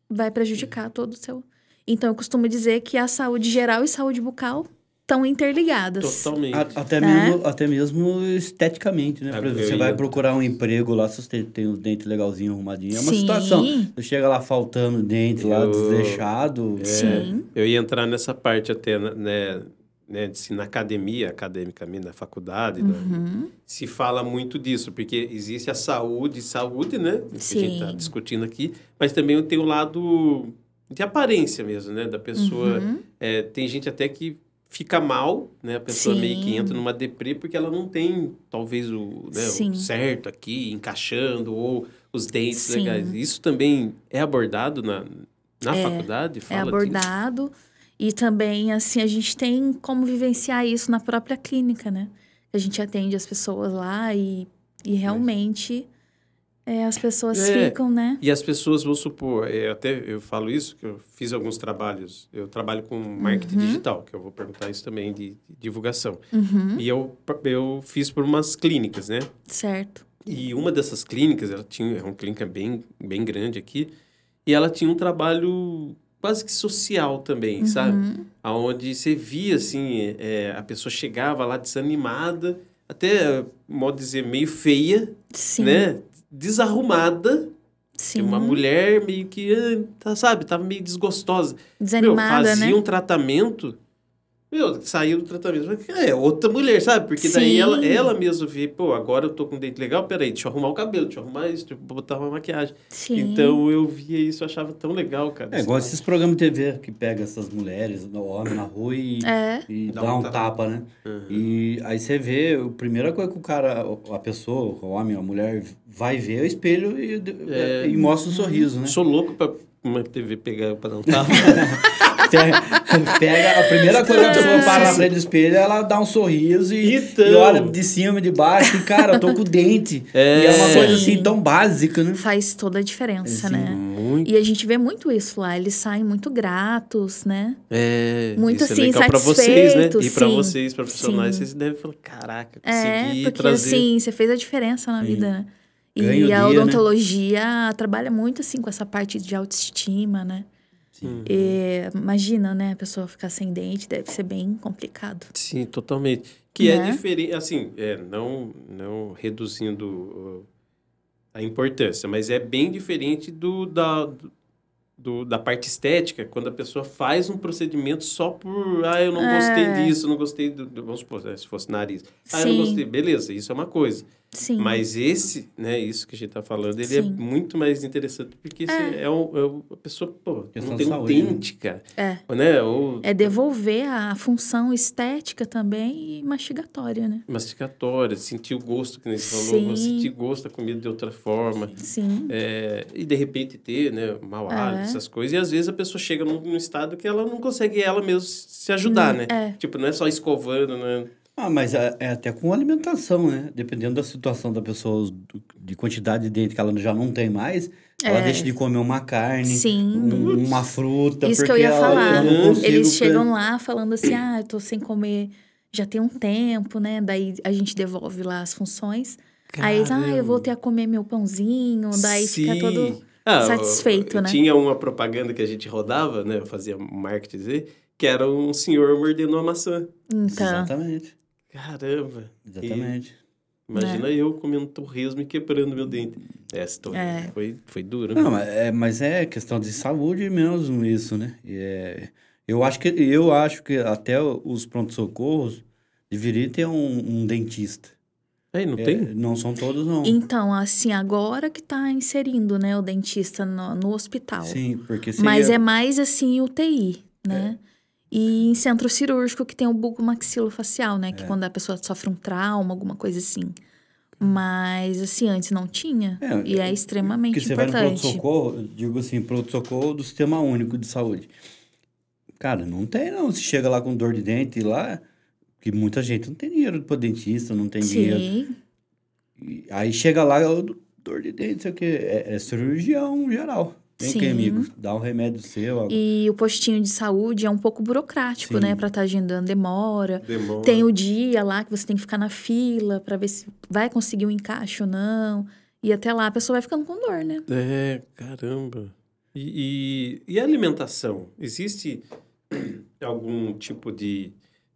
vai prejudicar todo o seu. Então, eu costumo dizer que a saúde geral e saúde bucal estão interligadas.
Totalmente.
A- até,
Né?
mesmo, até mesmo esteticamente, né?
Ah,
Por exemplo,
eu
você
ia-
vai procurar um emprego lá, se você tem os dentes legalzinhos, arrumadinhos, é uma
Sim,
situação. Você chega lá faltando dente, lá
Eu-
desleixado.
Sim.
É. Eu ia entrar nessa parte até, né? né de se na academia, academicamente, na faculdade, na-
Uhum.
se fala muito disso, porque existe a saúde, saúde, né? Que a gente está
Sim.
discutindo aqui, mas também tem o lado de aparência mesmo, né? Da pessoa.
Uhum.
É, tem gente até que fica mal, né? A pessoa meio que
Sim.
entra numa deprê porque ela não tem, talvez, o, né, o
Sim.
certo aqui, encaixando, ou os dentes
Sim.
legais. Isso também é abordado na, na faculdade?
É
Fala disso?
abordado. E também, assim, a gente tem como vivenciar isso na própria clínica, né? A gente atende as pessoas lá e, e realmente é, as pessoas
É.
ficam, né?
E as pessoas, vou supor, é, até eu falo isso, que eu fiz alguns trabalhos. Eu trabalho com marketing
Uhum.
digital, que eu vou perguntar isso também, de, de divulgação.
Uhum,
E eu, eu fiz por umas clínicas, né?
certo.
E uma dessas clínicas, ela tinha, é uma clínica bem, bem grande aqui, e ela tinha um trabalho quase que social também, sabe?
Uhum,
aonde você via assim é, a pessoa chegava lá desanimada até modo de dizer meio feia
Sim.
né desarrumada
Sim.
uma mulher meio que ah, tá, sabe tava meio desgostosa meu
Desanimada,
fazia
né?
um tratamento meu saía do tratamento é outra mulher sabe porque daí
Sim.
ela ela mesma vê pô agora eu tô com dente legal peraí, deixa eu arrumar o cabelo deixa eu arrumar isso deixa eu botar uma maquiagem
Sim.
então eu via isso eu achava tão legal cara
É igual esses programas de TV que pega essas mulheres, o homem na rua e,
É.
e dá, um tapa, né? E aí você vê, a primeira coisa que o cara, a pessoa, o homem, a mulher, vai ver é o espelho e, é, e mostra o sorriso, né?
sou louco pra uma TV pegar pra dar um tapa
Pega, pega- a primeira coisa que a pessoa para na frente do espelho, ela dá um sorriso e,
Então.
e olha de cima e de baixo. E, cara, eu tô com o dente. E é uma
Sim.
coisa assim tão básica, né?
Faz toda a diferença,
Sim.
né?
Muito.
E a gente vê muito isso lá. Eles saem muito gratos, né?
É,
Muito,
isso
assim,
é legal pra vocês, né? E pra
sim.
vocês, profissionais,
Sim.
vocês devem falar, caraca,
É,
consegui
porque
trazer.
assim, você fez a diferença na
Sim.
vida, né? E
Ganha o
a
dia, né?
odontologia trabalha muito, assim, com essa parte de autoestima, né?
Sim. Uhum.
E, imagina, né? A pessoa ficar sem dente deve ser bem complicado.
Sim, totalmente. Que é
Né?
diferente, assim, é, não, não reduzindo uh, a importância, mas é bem diferente do da, do- da parte estética, quando a pessoa faz um procedimento só por, ah, eu não
É.
gostei disso, não gostei do, do- vamos supor, né, se fosse nariz. Ah, eu não
Sim.
gostei, beleza, isso é uma coisa.
Sim.
Mas esse, né, isso que a gente tá falando, ele é
Sim.
muito mais interessante, porque esse é, um, é um- a pessoa, pô,
Questão
não
de
tem um
saúde, né?
dente, cara.
É.
Né, ou
É devolver a função estética também e mastigatória, né?
mastigatória, sentir o gosto, que nem você falou, vou
Sim.
sentir gosto da comida de outra forma.
Sim.
É, e de repente ter, né, mau
É.
hálito, essas coisas. E às vezes a pessoa chega num, num estado que ela não consegue ela mesma se ajudar, né?
É.
Tipo, não é só escovando, né?
Ah, mas é, é até com alimentação, né? Dependendo da situação da pessoa, do- de quantidade de dente que ela já não tem mais, ela
É.
deixa de comer uma carne,
Sim.
um- uma fruta,
Isso que eu
porque
ia
ela-
falar.
eu não consigo
Eles
pe-
chegam lá falando assim: ah, eu tô sem comer já tem um tempo, né? Daí a gente devolve lá as funções. Aí eles, ah, eu voltei a comer meu pãozinho. Daí fica
Sim.
todo.
Ah,
satisfeito, né?
Tinha uma propaganda que a gente rodava, né? Eu fazia marketing, dizer, que era um senhor mordendo uma maçã.
Então.
Exatamente,
Caramba!
exatamente.
Imagina eu comendo torresmo e quebrando meu dente. Essa torre
É.
foi, foi dura. né?
Não, mas é, mas é questão de saúde mesmo isso, né? E é- eu acho que eu acho que até os pronto socorros deveriam ter um, um dentista.
Aí, não
É,
tem?
não são todos, não.
Então, assim, agora que tá inserindo, né, o dentista no, no hospital.
Sim, porque seria... É.
Mas é mais assim UTI, né? E em centro cirúrgico que tem o bulbo maxilofacial, né?
É.
Que quando a pessoa sofre um trauma, alguma coisa assim. Mas assim, antes não tinha.
É,
e é extremamente
Porque você vai no
importante.
pronto-socorro, eu digo assim, pronto-socorro do Sistema Único de Saúde. Cara, não tem não. Você chega lá com dor de dente lá, que muita gente não tem dinheiro pra dentista, não tem dinheiro.
Sim,
E aí chega lá, eu, dor de dente, sei o quê. É, é cirurgião geral. Vem aqui,
Sim.
amigo, dá um remédio seu. algo.
e o postinho de saúde é um pouco burocrático,
Sim.
né? Pra estar agendando demora.
Demora.
Tem o dia lá que você tem que ficar na fila pra ver se vai conseguir um encaixe ou não. E até lá a pessoa vai ficando com dor, né?
É, caramba. E, e, e a alimentação? Existe algum tipo de,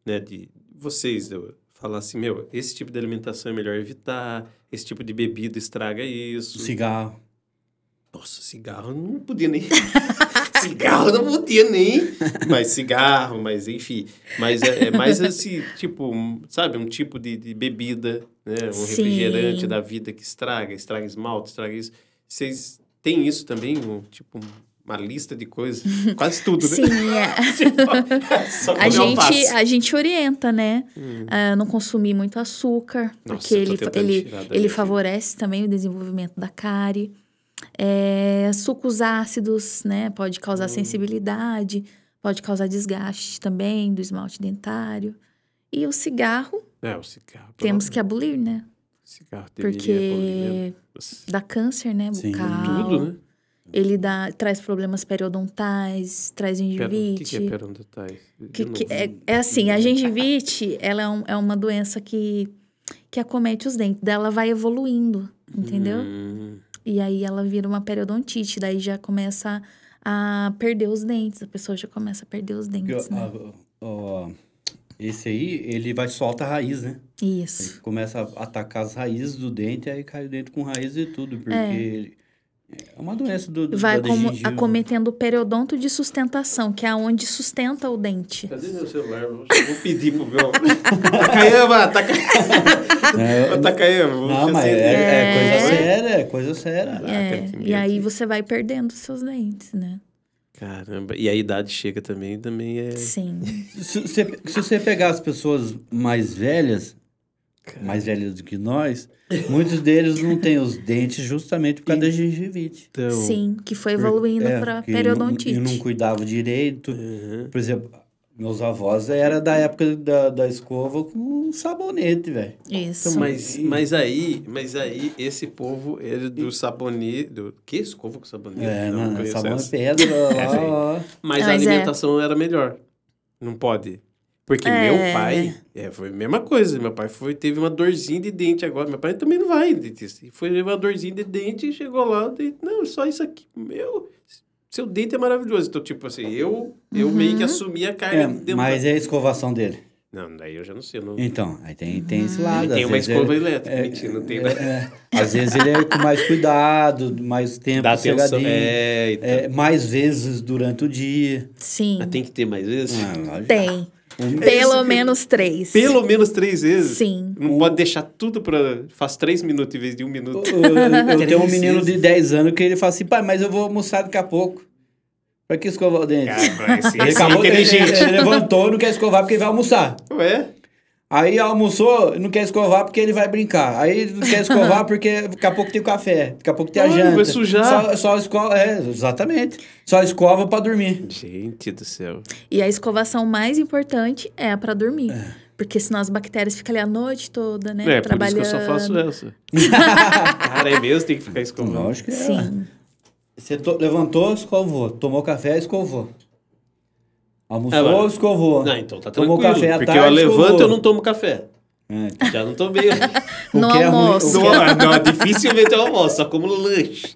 né, de vocês eu, falar assim, meu, esse tipo de alimentação é melhor evitar, esse tipo de bebida estraga isso.
Cigarro.
Nossa, cigarro eu não podia nem. cigarro eu não podia nem. Mas cigarro, mas enfim. Mas é, é mais esse tipo, um, sabe, um tipo de, de bebida, né? Um
Sim.
refrigerante da vida que estraga, estraga esmalte, estraga isso. Vocês têm isso também? Um, tipo, uma lista de coisas? Quase tudo, né?
Sim, é.
Só
A
comer
gente,
alface.
a gente orienta, né?
Hum.
a não consumir muito açúcar,
Nossa,
porque
eu tô
ele,
tentando
ele,
tirar da minha
ele
vida.
favorece também o desenvolvimento da cárie. É, sucos ácidos, né? Pode causar
Hum.
sensibilidade, pode causar desgaste também do esmalte dentário. E o cigarro,
É, o cigarro.
temos que abolir, né?
Cigarro deveria abolir mesmo.
Porque
Nossa,
dá câncer, né?
Sim.
Bucal.
Tudo, né?
Ele dá, traz problemas periodontais, traz
Pera, o que, que
gengivite.
é periodontais? Eu
Que-
não
que-
vi.
é, é assim, a gengivite, ela é, um- é uma doença que, que acomete os dentes. Daí ela vai evoluindo, entendeu?
Hum.
E aí ela vira uma periodontite, daí já começa a perder os dentes. A pessoa já começa a perder os
Porque,
dentes, né?
ó, ó, esse aí, ele vai solta a raiz, né?
ah,
Ele
Isso.
começa a atacar as raízes do dente, aí cai o dente com raiz e tudo, porque ele- é uma doença do, do
Vai
da
como-
né?
gengiva.
acometendo o periodonto de sustentação, que é onde sustenta o dente.
Cadê meu celular? Eu Vou pedir pro meu. Takayama!
É,
Takayama! Takayama! vou
Não,
te
mas
acender.
é, é coisa
É.
séria, é coisa séria.
Caraca,
É,
ah, que
e aí
medo.
você vai perdendo os seus dentes, né?
Caramba, e a idade chega também, também é.
Sim.
Se, se- se você pegar as pessoas mais velhas,
Cara.
mais velhas do que nós, muitos deles não têm os dentes justamente por causa da gengivite.
Então,
Sim, que foi evoluindo
É,
pra
que não-
periodontite.
E não cuidava direito.
aham.
Por exemplo, meus avós era da época da, da escova com sabonete, velho.
Isso.
Então, mas, mas aí, mas aí, esse povo, ele do sabonete. Do... Que escova com sabonete?
É,
não,
mano,
conheço
sabão é
essa.
pedra
Essa aí.
lá, ó.
Mas a
Mas é.
alimentação era melhor. Não pode. Porque
É.
meu pai, é, foi a mesma coisa. Meu pai foi, teve uma dorzinha de dente agora. Meu pai também não vai, dentista. E foi uma dorzinha de dente e chegou lá. de- não, só isso aqui. Meu, seu
Uhum.
dente é maravilhoso. Então, tipo assim, eu, eu meio que assumi a carga
É,
de
mas é a escovação dele.
Não, daí eu já não sei. eu Não...
Então, aí tem, tem
Ah.
esse lado.
Ele tem
às
uma
vezes
escova
ele-
elétrica.
é,
Mentira, não tem.
é,
né?
é. às vezes ele é com mais cuidado, mais tempo
Dá atenção.
sossegadinho,
É, então.
é, mais vezes durante o dia.
Sim.
Mas tem que ter mais vezes?
É. Ah, lógico.
Tem.
Um-
Pelo
isso que-
menos três.
Pelo menos três vezes?
Sim.
Não pode deixar tudo pra. Faz três minutos em vez de um minuto.
Eu, eu- eu tenho um
Três
menino de
vezes.
10 anos que ele fala assim, pai, mas eu vou almoçar daqui a pouco. Pra que escovar o dente?
Cara, esse,
Ele
esse é
acabou de-
inteligente. né?
Ele levantou e não quer escovar porque ele vai almoçar.
Ué?
Aí almoçou e não quer escovar porque ele vai brincar. Aí não quer escovar porque daqui a pouco tem o café, daqui a pouco tem a
Ah,
janta.
vai sujar.
Só, só escova, é, exatamente. Só escova pra dormir.
Gente do céu.
E a escovação mais importante é a pra dormir. Porque senão as bactérias ficam ali a noite toda, né?
É, por isso que eu só faço essa. Cara, é mesmo, tem que ficar escovando.
Lógico que é.
Sim.
Você to- levantou, escovou. Tomou café, escovou.
É,
Almoçou,
mas-
escovou.
Não, então tá
Tomou
tranquilo.
café à
porque eu
tarde,
levanto,
escovou.
eu não tomo café.
É,
Já não tomei.
o
No
que é ruim- o
almoço.
que
não, não, dificilmente eu almoço, só como lanche.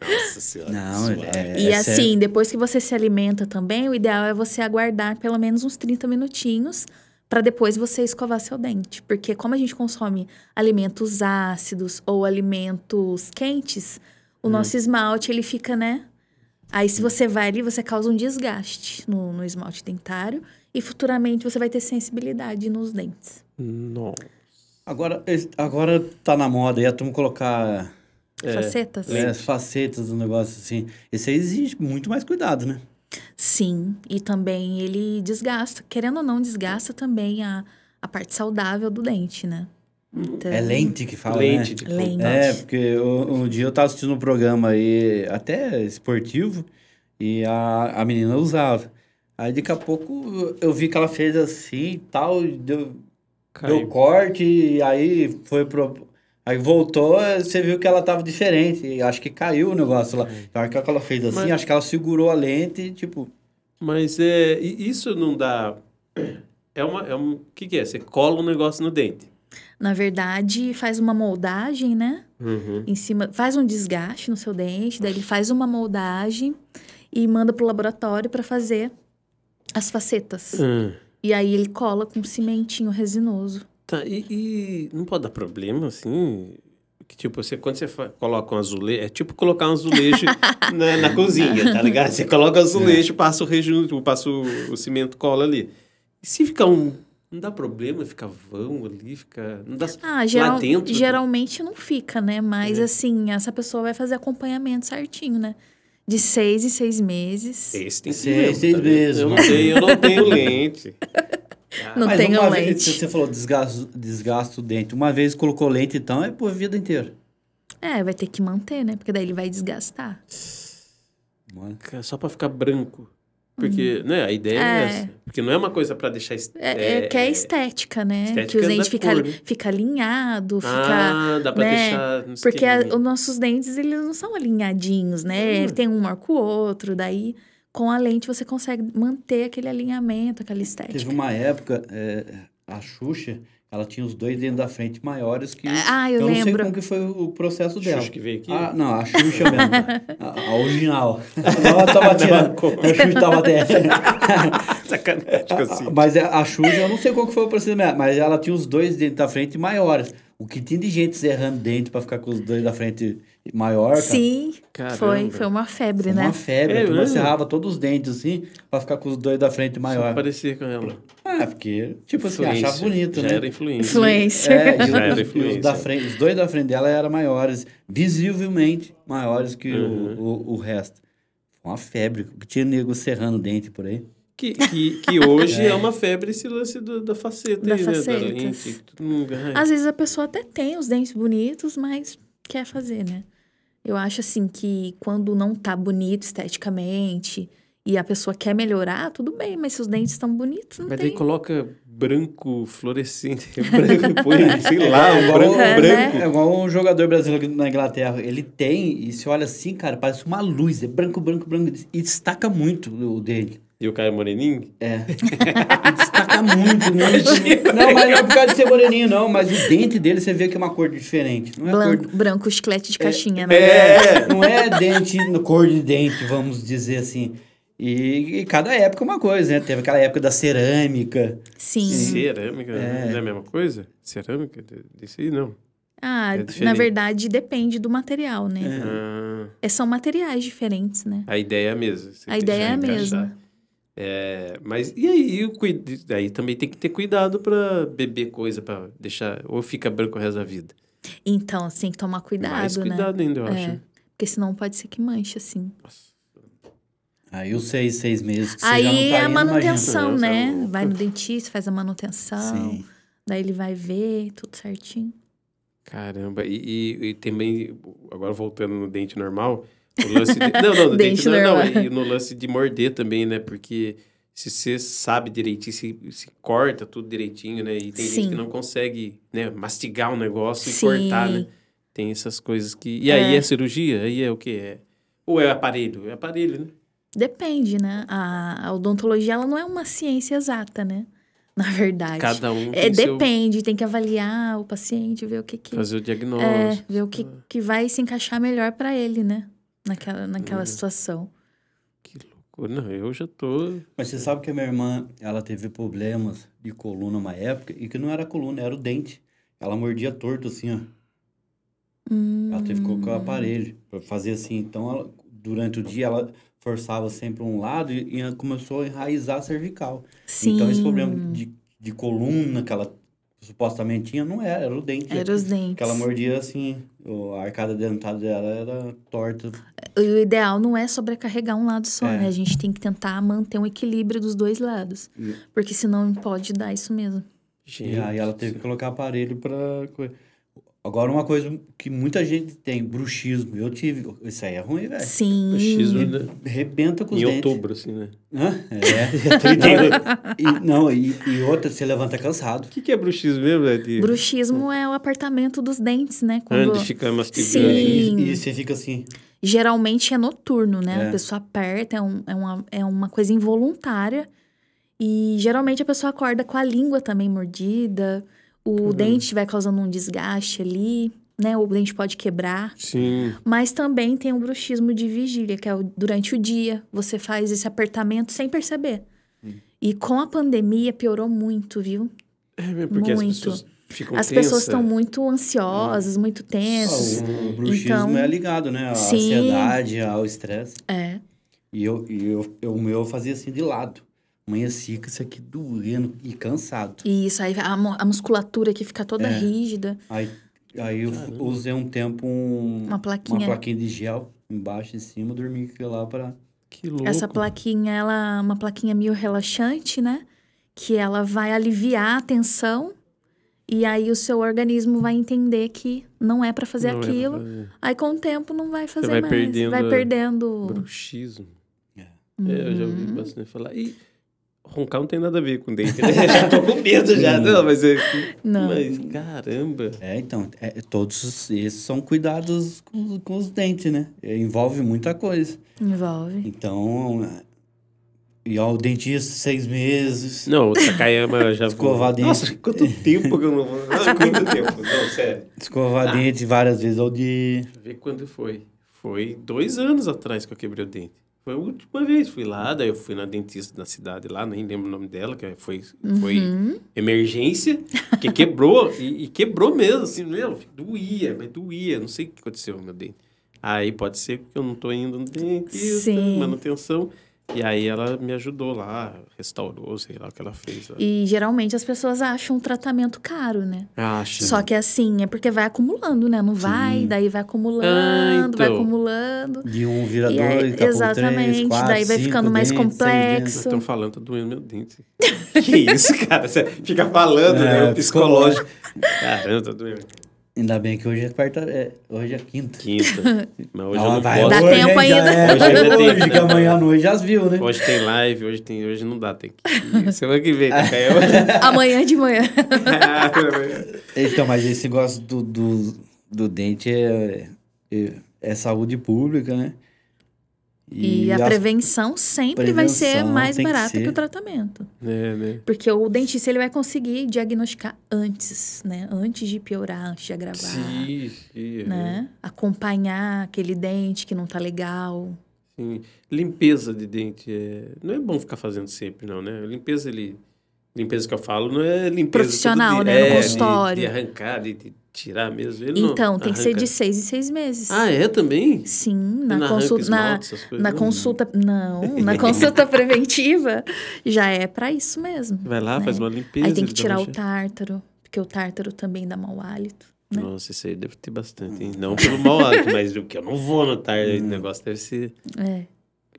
Nossa senhora.
Não,
suave.
é,
E
é
assim,
sério.
depois que você se alimenta também, o ideal é você aguardar pelo menos uns 30 minutinhos para depois você escovar seu dente. Porque como a gente consome alimentos ácidos ou alimentos quentes, o
Hum.
nosso esmalte, ele fica, né? Aí se você vai ali, você causa um desgaste no, no esmalte dentário e futuramente você vai ter sensibilidade nos dentes.
é.
Não.
Agora, es- agora tá na moda aí, a turma colocar
Facetas?
né, as facetas do negócio assim. Esse aí exige muito mais cuidado, né?
Sim, e também ele desgasta, querendo ou não, desgasta também a, a parte saudável do dente, né? Então,
É lente que fala, né?
Lente de
Lente.
É, porque eu- um dia eu tava assistindo um programa aí, até esportivo, e a, a menina usava. Aí daqui a pouco eu vi que ela fez assim e tal, e deu, deu
Caiu.
corte, e aí foi pro. Aí voltou, você viu que ela tava diferente. E acho que caiu o negócio lá. Na hora que ela fez assim,
Uhum. Mas-
acho que ela segurou a lente e tipo.
Mas é, e isso não dá. É uma. É um, que, que é? Você cola um negócio no dente.
Na verdade, faz uma moldagem, né?
Uhum.
Em cima, faz um desgaste no seu dente, daí ele faz uma moldagem e manda pro laboratório para fazer as facetas.
Hum.
E aí ele cola com cimentinho resinoso.
Tá, e, e não pode dar problema, assim? Que, tipo, você, quando você fa- coloca um azulejo, é tipo colocar um azulejo na, na cozinha, tá ligado? Você coloca o
É.
azulejo, passa o rejunto, passa o, o cimento, cola ali. E se ficar um... Não dá problema, fica vão ali, fica... Não dá...
Ah, geral,
dentro?
geralmente não fica, né? Mas assim, essa pessoa vai fazer acompanhamento certinho, né? De seis em seis meses.
Esse tem
Sei,
cimento,
é
sei
tá vendo?
mesmo.
Eu não tenho, eu não tenho lente.
Não
Mas
tenho
uma
lente.
Vez, você falou desgasto, desgasto do dente. Uma vez colocou lente, então é por vida inteira.
É, vai ter que manter, né? Porque daí ele vai desgastar.
Mano.
Cara, Só pra ficar branco. Porque, né, a ideia é,
É.
essa. Porque não é uma coisa pra deixar... est-
É, é que é estética, né? que
estética
os
da
dentes fica,
cor, né?
fica alinhado, fica.
Ah, dá pra
né,
deixar... no
Porque a-
esqueminha.
os nossos dentes, eles não são alinhadinhos, né?
Hum.
Ele tem um marco o outro, daí com a lente você consegue manter aquele alinhamento, aquela
Teve
estética.
uma época, é, a Xuxa, ela tinha os dois dentes da frente maiores que.
Ah, eu
não sei
lembro.
como que foi o processo dela.
Xuxa que veio aqui?
Ah, não, a Xuxa mesmo. a, a original. Não, ela tava tirando.
como?
A Xuxa tava até.
Sacanagem, assim.
Ah, mas a, a Xuxa, eu não sei qual que foi o procedimento, mas ela tinha os dois dentes da frente maiores. O que tinha de gente serrando dente pra ficar com os dois da frente maior, cara.
Sim,
Caramba.
foi, foi uma febre, né?
Uma febre,
É
a turma
mesmo?
serrava todos os dentes assim, pra ficar com os dois da frente maior.
Parecia com ela.
Ah, porque, tipo assim,
Influencer.
achava bonito,
Já
né?
era influência.
Influencer.
É,
Já era
e os- e os,
influencer.
da frente, os dois da frente dela eram maiores, visivelmente maiores que o-
Uhum.
o, o, resto. Uma febre, que tinha nego serrando dente por aí.
Que, que, que hoje é. uma febre esse lance do- da faceta
Da
aí, né? Da
faceta.
lente. todo mundo- ai.
Às vezes a pessoa até tem os dentes bonitos, mas quer fazer, né? Eu acho assim que quando não tá bonito esteticamente e a pessoa quer melhorar, tudo bem, mas se os dentes estão bonitos, não
Mas daí
tem.
coloca branco fluorescente. Branco, põe, sei lá,
É,
um
igual-
branco,
É,
branco.
É igual um jogador brasileiro aqui na Inglaterra. Ele tem, e se olha assim, cara, parece uma luz. É branco, branco, branco. E destaca muito o dele.
E o Caio Moreninho?
destaca muito, né? Não, mas não é por causa de ser moreninho, não. Mas o dente dele você vê que é uma cor diferente. Não é cor.
Branco, branco,
É.
chiclete de caixinha, né?
É, não é dente, no- cor de dente, vamos dizer assim. E, e cada época é uma coisa, né? Teve aquela época da cerâmica.
Sim.
Cerâmica?
É.
Não é a mesma coisa? Cerâmica? De- Desse aí, não.
Ah,
É
na
diferente.
verdade depende do material, né?
Ah,
É, são materiais diferentes, né?
a ideia é a mesma. você
A
tem
ideia é a
que encaixar.
mesma.
É, mas e aí? E o cuid- Aí também tem que ter cuidado pra beber coisa, pra deixar... Ou fica branco o resto da vida.
Então, assim, tem que tomar cuidado,
Mais
né?
cuidado ainda, eu
É.
acho.
Porque senão pode ser que manche, assim.
Nossa.
Aí os seis, seis meses que você já não
Aí
tá
é a
indo, imagina.
manutenção, então.
Nossa, é
né?
louco.
Vai no dentista, faz a manutenção.
Sim.
Daí ele vai ver tudo certinho.
Caramba, e, e- e também, agora voltando no dente normal, o lance de- Não, não, no
Dente
dente, normal,
normal.
e no lance de morder também, né? Porque se você sabe direitinho, se, se corta tudo direitinho, né? E tem gente
Sim.
que não consegue, né, mastigar um negócio
Sim.
e cortar, né? Tem essas coisas que... E aí é, cirurgia? Aí é o quê? É... Ou é aparelho? É aparelho, né?
Depende, né? A, a odontologia, ela não é uma ciência exata, né? Na verdade.
Cada um
É,
tem seu-
depende, tem que avaliar o paciente, ver o que que...
Fazer o diagnóstico.
É, ver o que, que vai se encaixar melhor pra ele, né? Naquela,
Uhum.
naquela situação.
Que loucura. Não, eu já tô...
Mas você sabe que a minha irmã, ela teve problemas de coluna uma época, e que não era coluna, era o dente. Ela mordia torto assim, ó. Ela teve que colocar o
Hum,
aparelho pra fazer assim. Então, ela- durante o dia, ela forçava sempre um lado e, e ela começou a enraizar a cervical.
Sim.
Então, esse problema de, de coluna que ela supostamente tinha, não era, era o dente.
Era os dentes.
é Que ela mordia assim, o- a arcada dentada dela era torta.
E o ideal não é sobrecarregar um lado só,
É.
né? A gente tem que tentar manter um equilíbrio dos dois lados.
E-
Porque senão pode dar isso mesmo.
E aí ela teve que colocar aparelho pra. coi- Agora, uma coisa que muita gente tem, bruxismo. Eu tive. Isso aí é ruim, velho.
Sim.
Bruxismo, né?
Arrebenta com os
Em
dentes.
outubro, assim, né?
Hã? É. E- e- não, e, e outra, você levanta cansado.
O que, que é bruxismo mesmo, né? De...
Bruxismo é o apartamento dos dentes, né? Quando...
Antes de ficar
Sim.
mastigando. né?
E, e você fica assim.
Geralmente é noturno, né? A
É.
pessoa aperta, é, um- é uma, é uma coisa involuntária. E geralmente a pessoa acorda com a língua também mordida, o dente vai causando um desgaste ali, né? O dente pode quebrar.
Sim.
Mas também tem o bruxismo de vigília, que é o- durante o dia, você faz esse apertamento sem perceber. E com a pandemia piorou muito, viu?
É mesmo, porque
Muito.
as pessoas ficam
As pessoas
tensas.
estão muito ansiosas, muito tensas.
Ah, o bruxismo
Então-
é ligado, né? A
Sim.
ansiedade, ao estresse.
É.
E, eu, e eu, eu- o meu eu fazia assim de lado. Amanhecia com isso aqui doendo e cansado.
E isso aí, a, mu- a musculatura que fica toda
É.
rígida.
Aí, aí eu
Caramba.
usei um tempo um,
Uma plaquinha.
uma plaquinha de gel embaixo e em cima, dormi com aquilo lá pra.
Que louco.
Essa plaquinha, ela é uma plaquinha meio relaxante, né? Que ela vai aliviar a tensão. E aí o seu organismo vai entender que não é pra fazer
Não é pra
aquilo.
fazer.
Aí com o tempo não vai fazer
vai
mais.
perdendo
vai
a-
perdendo.
Bruxismo.
É.
É, eu já ouvi
Uhum.
bastante falar. E roncar não tem nada a ver com dente, né? já tô com medo já. Não, mas é...
Não.
Mas, caramba.
É, então, é, todos os- esses são cuidados com, com os dentes, né? É, Envolve muita coisa.
Envolve.
Então, é, ir ao dentista seis meses.
Não, o Takayama já...
Escovar dente.
Nossa, quanto tempo que eu não vou... Nossa, quanto tempo. Não, sério.
Escovar
Ah.
dente várias vezes ao dia.
Deixa eu ver quando foi. Foi dois anos atrás que eu quebrei o dente. Foi a última vez. Fui lá, daí eu fui na dentista da cidade lá, nem lembro o nome dela, que foi, foi
Uhum.
emergência, que quebrou, e, e quebrou mesmo, assim, meu, doía, mas doía, não sei o que aconteceu no meu dente. Aí pode ser que eu não tô indo no dentista,
Sim.
manutenção, e aí ela me ajudou lá, restaurou, sei lá o que ela fez. Lá.
E geralmente as pessoas acham um tratamento caro, né?
Acha.
Só que assim, é porque vai acumulando, né? Não vai,
Sim.
daí vai acumulando, vai
então.
acumulando.
De um vira
E
dois,
aí,
daqui a pouco
exatamente,
três, quatro,
daí vai
cinco
ficando mais
dentes, seis
complexo.
Estão falando, tá doendo meu dente. que isso, cara? Você fica falando, né?
É,
O psicológico. Caramba, tá doendo.
dentes. Ainda bem que hoje é quarta, é, hoje é quinta.
Quinta. Mas hoje eu
Ah,
não
vai,
posso.
Dá
hoje,
tempo
hein, já
ainda.
é,
Hoje ainda
hoje,
tem,
que
né?
amanhã à noite já viu, né?
Hoje tem live, hoje tem. Hoje não dá, tem que. Semana que vem, tá caiu.
Amanhã de manhã.
Então, mas esse negócio do, do, do dente é, é, é saúde pública, né?
E, a
as-
prevenção sempre vai ser
Prevenção
mais
tem que
barata que,
ser.
o tratamento.
É, né?
Porque o dentista ele vai conseguir diagnosticar antes, né? Antes de piorar, antes de agravar.
Sim, sim. é.
Né? Acompanhar aquele dente que não tá legal.
Sim. Limpeza de dente é... não é bom ficar fazendo sempre, não, né? Limpeza, ele... Limpeza que eu falo não é limpeza todo dia.
Profissional, né? No
É, de-
consultório.
De, arrancar, de, de tirar mesmo. Ele não
Então, tem que ser
arranca.
de seis em seis meses.
Ah, é também?
Sim,
Ele
na
não arranca
consulta. Na,
esmalte, um essas coisas,
na
não?
consulta. Não, na consulta preventiva já é pra isso mesmo.
Vai lá,
né?
faz uma limpeza.
Aí tem que
ele dá
tirar
uma
o
che-
tártaro, porque o tártaro também dá mau hálito. né?
Nossa, isso aí deve ter bastante, hein? Não pelo mau hálito, mas o que eu não vou notar, o negócio deve ser...
É.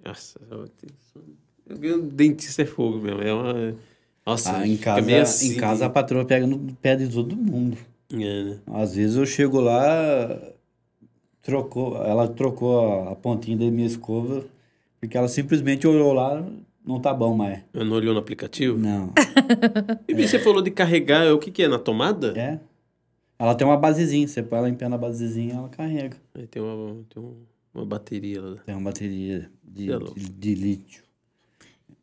Nossa, eu tenho- o dentista é fogo mesmo, é uma... Nossa,
Ah, em
fica
casa,
meio assim,
em casa a patroa pega no pé de todo mundo.
É, né?
Às vezes eu chego lá, trocou, ela trocou a, a pontinha da minha escova, porque ela simplesmente olhou lá, não tá bom mais.
Eu não olhou no aplicativo?
Não.
E você falou de carregar, é o que que é? Na tomada?
É. Ela tem uma basezinha, você põe ela em pé na basezinha, ela carrega.
Aí Tem, uma, tem um- uma bateria lá.
Tem uma bateria de,
Você é louco.
de, de lítio.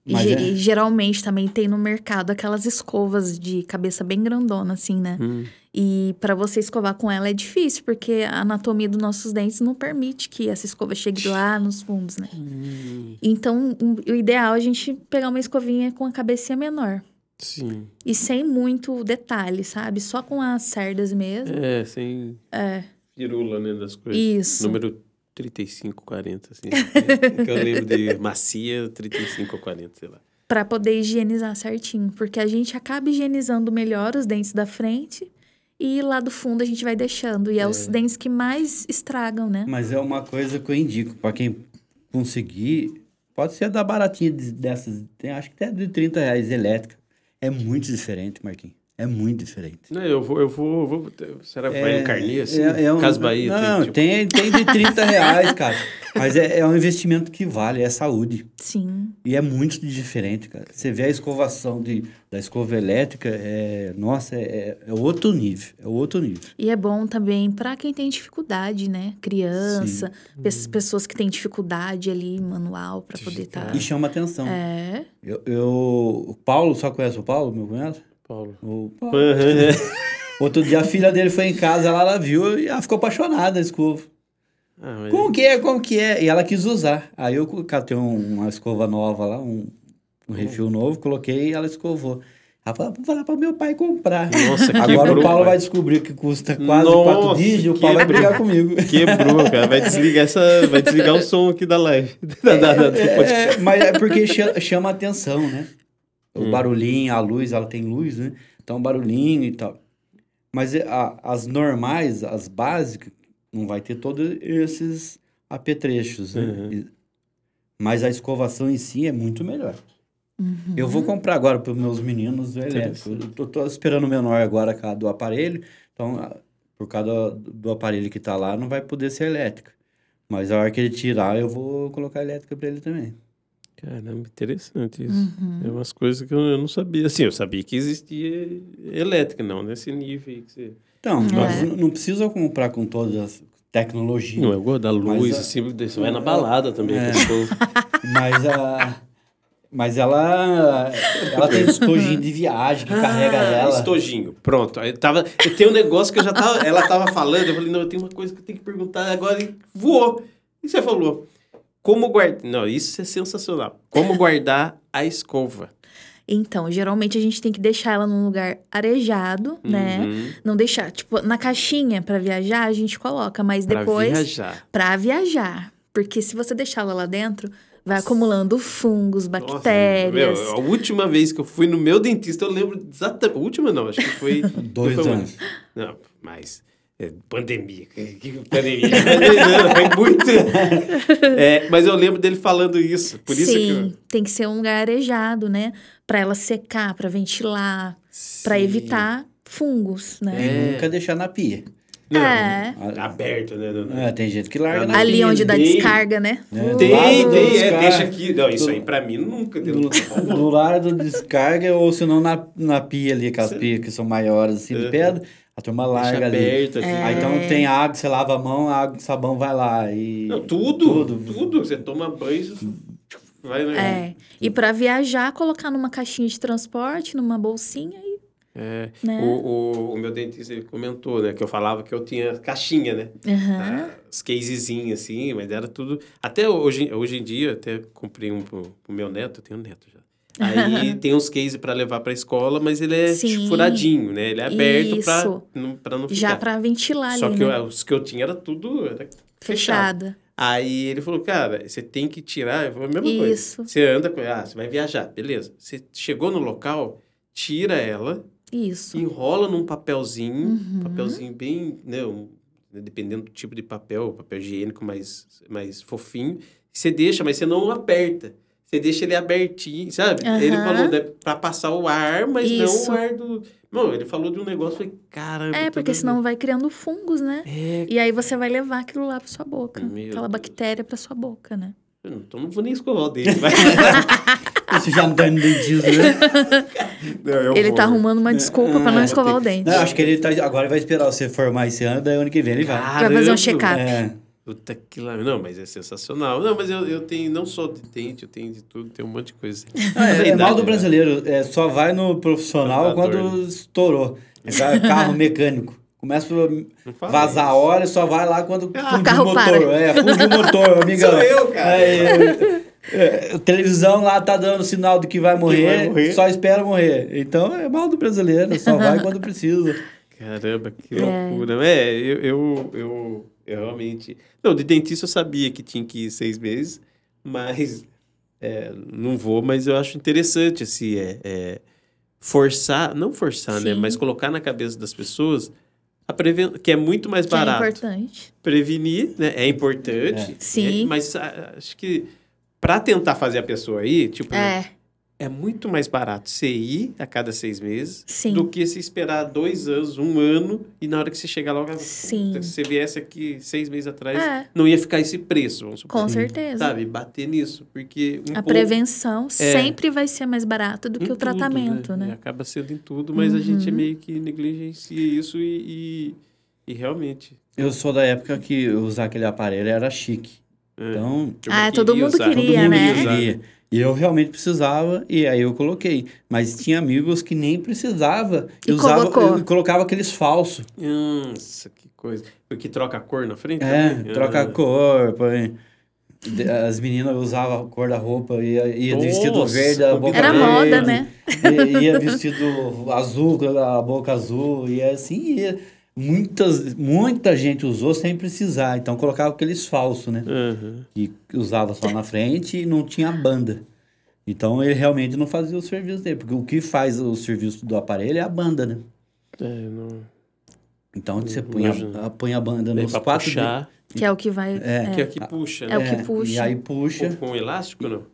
E,
Mas
ge-
é-
e geralmente também tem no mercado aquelas escovas de cabeça bem grandona, assim, né?
Hum.
E pra você escovar com ela é difícil, porque a anatomia dos nossos dentes não permite que essa escova chegue lá nos fundos, né?
Hum,
Então, um- o ideal é a gente pegar uma escovinha com a cabecinha menor.
Sim.
E sem muito detalhe, sabe? Só com as cerdas mesmo.
É, sem
É.
firula, né, das coisas.
Isso.
Número 35, 40, assim. que eu lembro de macia, 35 ou 40, sei lá.
Pra poder higienizar certinho. Porque a gente acaba higienizando melhor os dentes da frente. E lá do fundo a gente vai deixando. E é, os dentes que mais estragam, né?
Mas é uma coisa que eu indico pra quem conseguir. Pode ser da baratinha de- dessas, tem, acho que até de 30 reais elétrica. É muito diferente, Marquinhos. É muito diferente.
Não, eu vou, eu vou, eu vou- será que
É,
vai no carnê, assim? Casa Bahia,
um- Não,
tipo-
tem, tem de 30 reais, cara. Mas é, é um investimento que vale, é saúde.
Sim.
E é muito diferente, cara. Você vê a escovação de, da escova elétrica, é, nossa, é, é outro nível. É outro nível.
E é bom também pra quem tem dificuldade, né? Criança, pes- pessoas que têm dificuldade ali, manual, pra poder estar.
E chama atenção.
É.
Eu, eu- o Paulo, só conhece o Paulo, meu cunhado?
Paulo.
O Paulo. Outro dia a filha dele foi em casa, lá ela viu e ela ficou apaixonada da escova.
Ah, mas-
Como que é, como que é? E ela quis usar. Aí eu co- catei um- uma escova nova lá, um, um refil novo, coloquei e ela escovou. Ela falou, vou falar para meu pai comprar.
Nossa,
Agora
quebrou,
o Paulo
cara.
vai descobrir que custa quase
Nossa,
quatro dígitos e o Paulo vai
quebrou.
brigar comigo.
Quebrou, cara. Vai desligar, essa, vai desligar o som aqui da live. Da- da- da- do podcast.
É, mas é porque cha- chama atenção, né? O barulhinho, a luz, ela tem luz, né? Então, barulhinho e tal. Mas é, a- as normais, as básicas, não vai ter todos esses apetrechos, né?
Uhum.
E- Mas a escovação em si é muito melhor.
uhum.
Eu vou comprar agora para os meus meninos o elétrico. Eu tô, tô esperando o menor agora cá do aparelho. Então, a- por causa do, do aparelho que tá lá, não vai poder ser elétrica. Mas a hora que ele tirar, eu vou colocar elétrica para ele também.
Caramba, interessante isso. É umas coisas que eu, eu não sabia. Assim, eu sabia que existia elétrica, não nesse nível aí que você...
Então,
É.
mas n- não precisa comprar com todas as tecnologias.
Não, eu gosto da luz,
a-
assim, você vai na balada também.
É.
que as coisas-
Mas a. Mas ela. Ela tem estojinho de viagem
Ah,
que carrega ela.
Estojinho, pronto. Aí tava, eu tenho um negócio que eu já tava, ela tava falando, eu falei, não, eu tenho uma coisa que eu tenho que perguntar agora e voou. E você falou, como guardar... Não, isso é sensacional. Como guardar a escova.
Então, geralmente a gente tem que deixar ela num lugar arejado, né?
Uhum.
Não deixar, tipo, na caixinha pra viajar a gente coloca, mas
Pra
depois
viajar.
pra viajar, porque se você deixar ela lá dentro, vai acumulando fungos,
Nossa,
bactérias.
meu, é a última vez que eu fui no meu dentista, eu lembro exatamente. A última não, acho que foi.
Dois
não foi
anos.
Não, não, mas. é, pandemia. Que que pandemia? Não, foi muito. É, mas eu lembro dele falando isso. Por isso que.
Sim,
eu-
tem que ser um lugar arejado, né? Pra ela secar, pra ventilar, pra
Sim.
evitar fungos,
E
né?
nunca deixar na pia.
Não,
É.
Aberto, né? Não, não.
Ah, tem gente que larga na
Ali
pia.
onde dá
Tem.
descarga, né?
É.
Uh,
Do
Tem,
lado
tem,
dos
é,
caras.
deixa aqui. Não, isso aí pra mim nunca deu.
Do, do lado da descarga, ou se não na, na pia ali, aquelas pias que são maiores assim de
É.
pedra, a turma larga
Deixa
ali.
aberto,
É.
assim.
Aí então tem água, você lava a mão, a água com sabão vai lá. E
Não, tudo, tudo, Você toma banho, isso vai, né?
É. E pra viajar, colocar numa caixinha de transporte, numa bolsinha e
É,
Né?
o, o, o meu dentista ele comentou, né? Que eu falava que eu tinha caixinha, né?
Aham.
Ah, Os casezinhos, assim, mas era tudo... Até hoje, hoje em dia, até comprei um pro, pro meu neto, eu tenho um neto já. Aí tem uns cases para levar para escola, mas ele é
Sim.
furadinho, né? Ele é aberto para
Isso.
não, pra não ficar.
Já pra ventilar
Só
ali,
que eu-
né?
os que eu tinha era tudo era fechado.
Fechada.
Aí ele falou, cara, você tem que tirar. Eu falei, a mesma
Isso.
coisa. Você anda com ela, ah, você vai viajar, beleza. Você chegou no local, tira ela,
Isso.
enrola num papelzinho,
Uhum.
papelzinho bem, né, um- dependendo do tipo de papel, papel higiênico mais, mais fofinho. Você deixa, mas você não aperta. Você deixa ele abertinho, sabe?
Aham.
Ele falou né, pra passar o ar, mas
Isso.
não o ar do. Não, ele falou de um negócio, eu falei, caramba.
É,
tô
porque
doido.
senão vai criando fungos, né?
É,
E aí você vai levar aquilo lá pra sua boca.
Meu
aquela
Deus.
bactéria pra sua boca, né?
eu não, tô- não vou nem escovar o dele. Vai.
Isso já não tá indo dentista, né?
um
ele tá arrumando uma desculpa pra não
é,
escovar
vou
o dente.
Não, acho que ele tá, agora vai esperar você formar esse ano, daí ano que vem ele vai.
Vai fazer um
Caramba,
Ah,
check-up.
É.
né? Puta que lá. Não, mas é sensacional. Não, mas eu, eu tenho não só de dente, eu tenho de tudo, tenho um monte de coisa.
Ah, é, é
Verdade,
mal do
né?
brasileiro, é, só vai no profissional
Contador,
quando estourou. É ca- carro mecânico. Começa a
Não fala
vazar a
isso.
hora, só vai lá quando funde
carro
o motor.
para.
É, funde o motor, amigão.
Sou eu, cara.
É, é, é, televisão lá tá dando sinal de que vai morrer,
vai morrer.
só espera morrer. Então é mal do brasileiro, só vai quando precisa.
Caramba, que
É.
loucura. É, eu, eu, eu, eu realmente. Não, de dentista eu sabia que tinha que ir seis meses, mas é, não vou, mas eu acho interessante assim, é, é, forçar, não forçar, né?
Sim.
Mas colocar na cabeça das pessoas a preven... que é muito mais
que é
barato.
importante.
prevenir, né? É importante.
É.
Sim.
É, mas ah, acho que para tentar fazer a pessoa ir, tipo, é,
É,
muito mais barato você ir a cada seis meses
sim.
do que se esperar dois anos, um ano, e na hora que você chegar logo, ah,
Sim.
se você viesse aqui seis meses atrás,
É,
não ia ficar esse preço, vamos supor.
com certeza.
Sabe? Bater nisso. Porque um
A
pouco-
prevenção sempre vai ser mais barata do
em
que o
tudo, É.
tratamento,
E
né? Uhum.
acaba sendo em tudo, mas a gente meio que negligencia isso e, e, e realmente.
Eu sou da época que usar aquele aparelho era chique.
É.
Então,
Eu
Ah, todo mundo
usar.
queria,
Todo mundo
né?
queria. E eu realmente precisava, e aí eu coloquei. Mas tinha amigos que nem precisava.
E
eu usava,
colocou.
eu colocava aqueles falsos.
Nossa, que coisa. Porque troca a cor na frente?
É,
também?
troca a
Ah.
cor, põe. de- As meninas usavam a cor da roupa, ia, ia de vestido
Nossa,
verde, a boca
Era
Também,
moda,
verde,
né?
i- Ia vestido azul, com a boca azul, e assim ia. Muitas, muita gente usou sem precisar, então colocava aqueles falsos, né?
Aham.
que usava só na frente e não tinha banda. Então ele realmente não fazia o serviço dele, porque o que faz o serviço do aparelho é a banda, né?
É, não.
Então você põe
Uhum. Imagina.
a, a- põe a banda
Daí
nos
pra
quatro
puxar,
Que é o que vai. É,
que aqui puxa,
É
né?
o que puxa.
E aí
Com-
puxa.
Com elástico, não?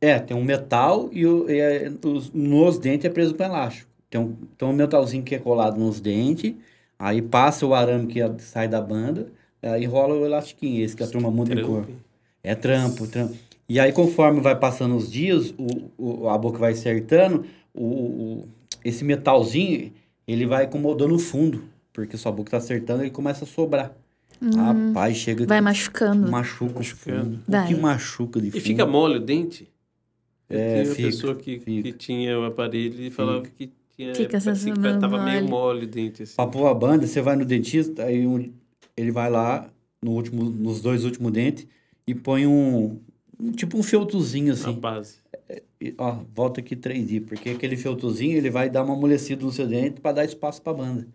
É, tem um metal e, o, e é- os, nos dentes é preso com elástico. Tem um, tem um metalzinho que é colado nos dentes, aí passa o arame que a- sai da banda, aí rola o elastiquinho, esse que a turma muda de cor.
Trampo.
É trampo, trampo. E aí, conforme vai passando os dias, o, o- a boca vai acertando, o, o- esse metalzinho, ele vai acomodando o fundo. Porque sua boca tá acertando, ele começa a sobrar.
Hum,
Rapaz,
Ah,
chega
vai
que
machucando.
machuca o
Machucando.
fundo. O
Vai.
que machuca de
E
fundo?
fica mole o dente? Eu
É,
tinha uma
fica,
pessoa que,
fica.
que tinha o aparelho e falava que tinha.
Fica
parecia que
sensacional,
tava meio
mole.
mole o dente, assim.
Pra pôr a banda, você vai no dentista, aí um- ele vai lá no último, nos dois últimos dentes e põe um, um- tipo um feltrozinho
Na
assim.
base.
E, ó, volta aqui 3D, porque aquele feltrozinho ele vai dar uma amolecida no seu dente pra dar espaço pra banda.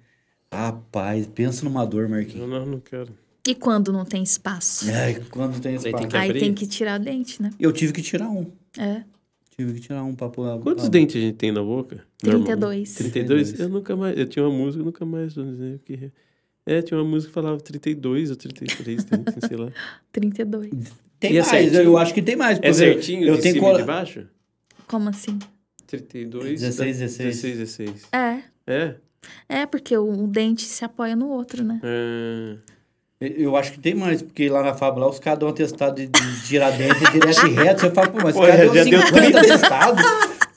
Rapaz, pensa numa dor,
Eu
Marquinhos.
não, não quero.
E quando não tem espaço?
É.
Ai, quando tem
Daí tem
espaço.
que-
Aí
abrir?
tem que tirar o dente, né?
Eu tive que tirar um.
É.
Tive que tirar um pra pôr. a-
Quantos
pra-
dentes a gente tem na boca? Normalmente?
32.
32? Eu nunca mais. Eu tinha uma música, eu nunca mais vou dizer o que. é. É, tinha uma música que falava 32 ou 33 dentes, sei lá.
32.
Tem
E é
mais,
certinho?
assim, eu acho que tem mais.
É
porque
certinho
eu
de
tenho
cima e
cola-
de baixo?
Como assim?
32.
16, 16.
16, 16.
É.
tá? É?
É porque o, o dente se apoia no outro, né?
Ah,
Eu acho que tem mais, porque lá na fábrica, lá, os caras dão um atestado de, de tirar dente direto e reto. Você fala, pô, mas
Pô,
o cara
já
deu
deu
50 atestados.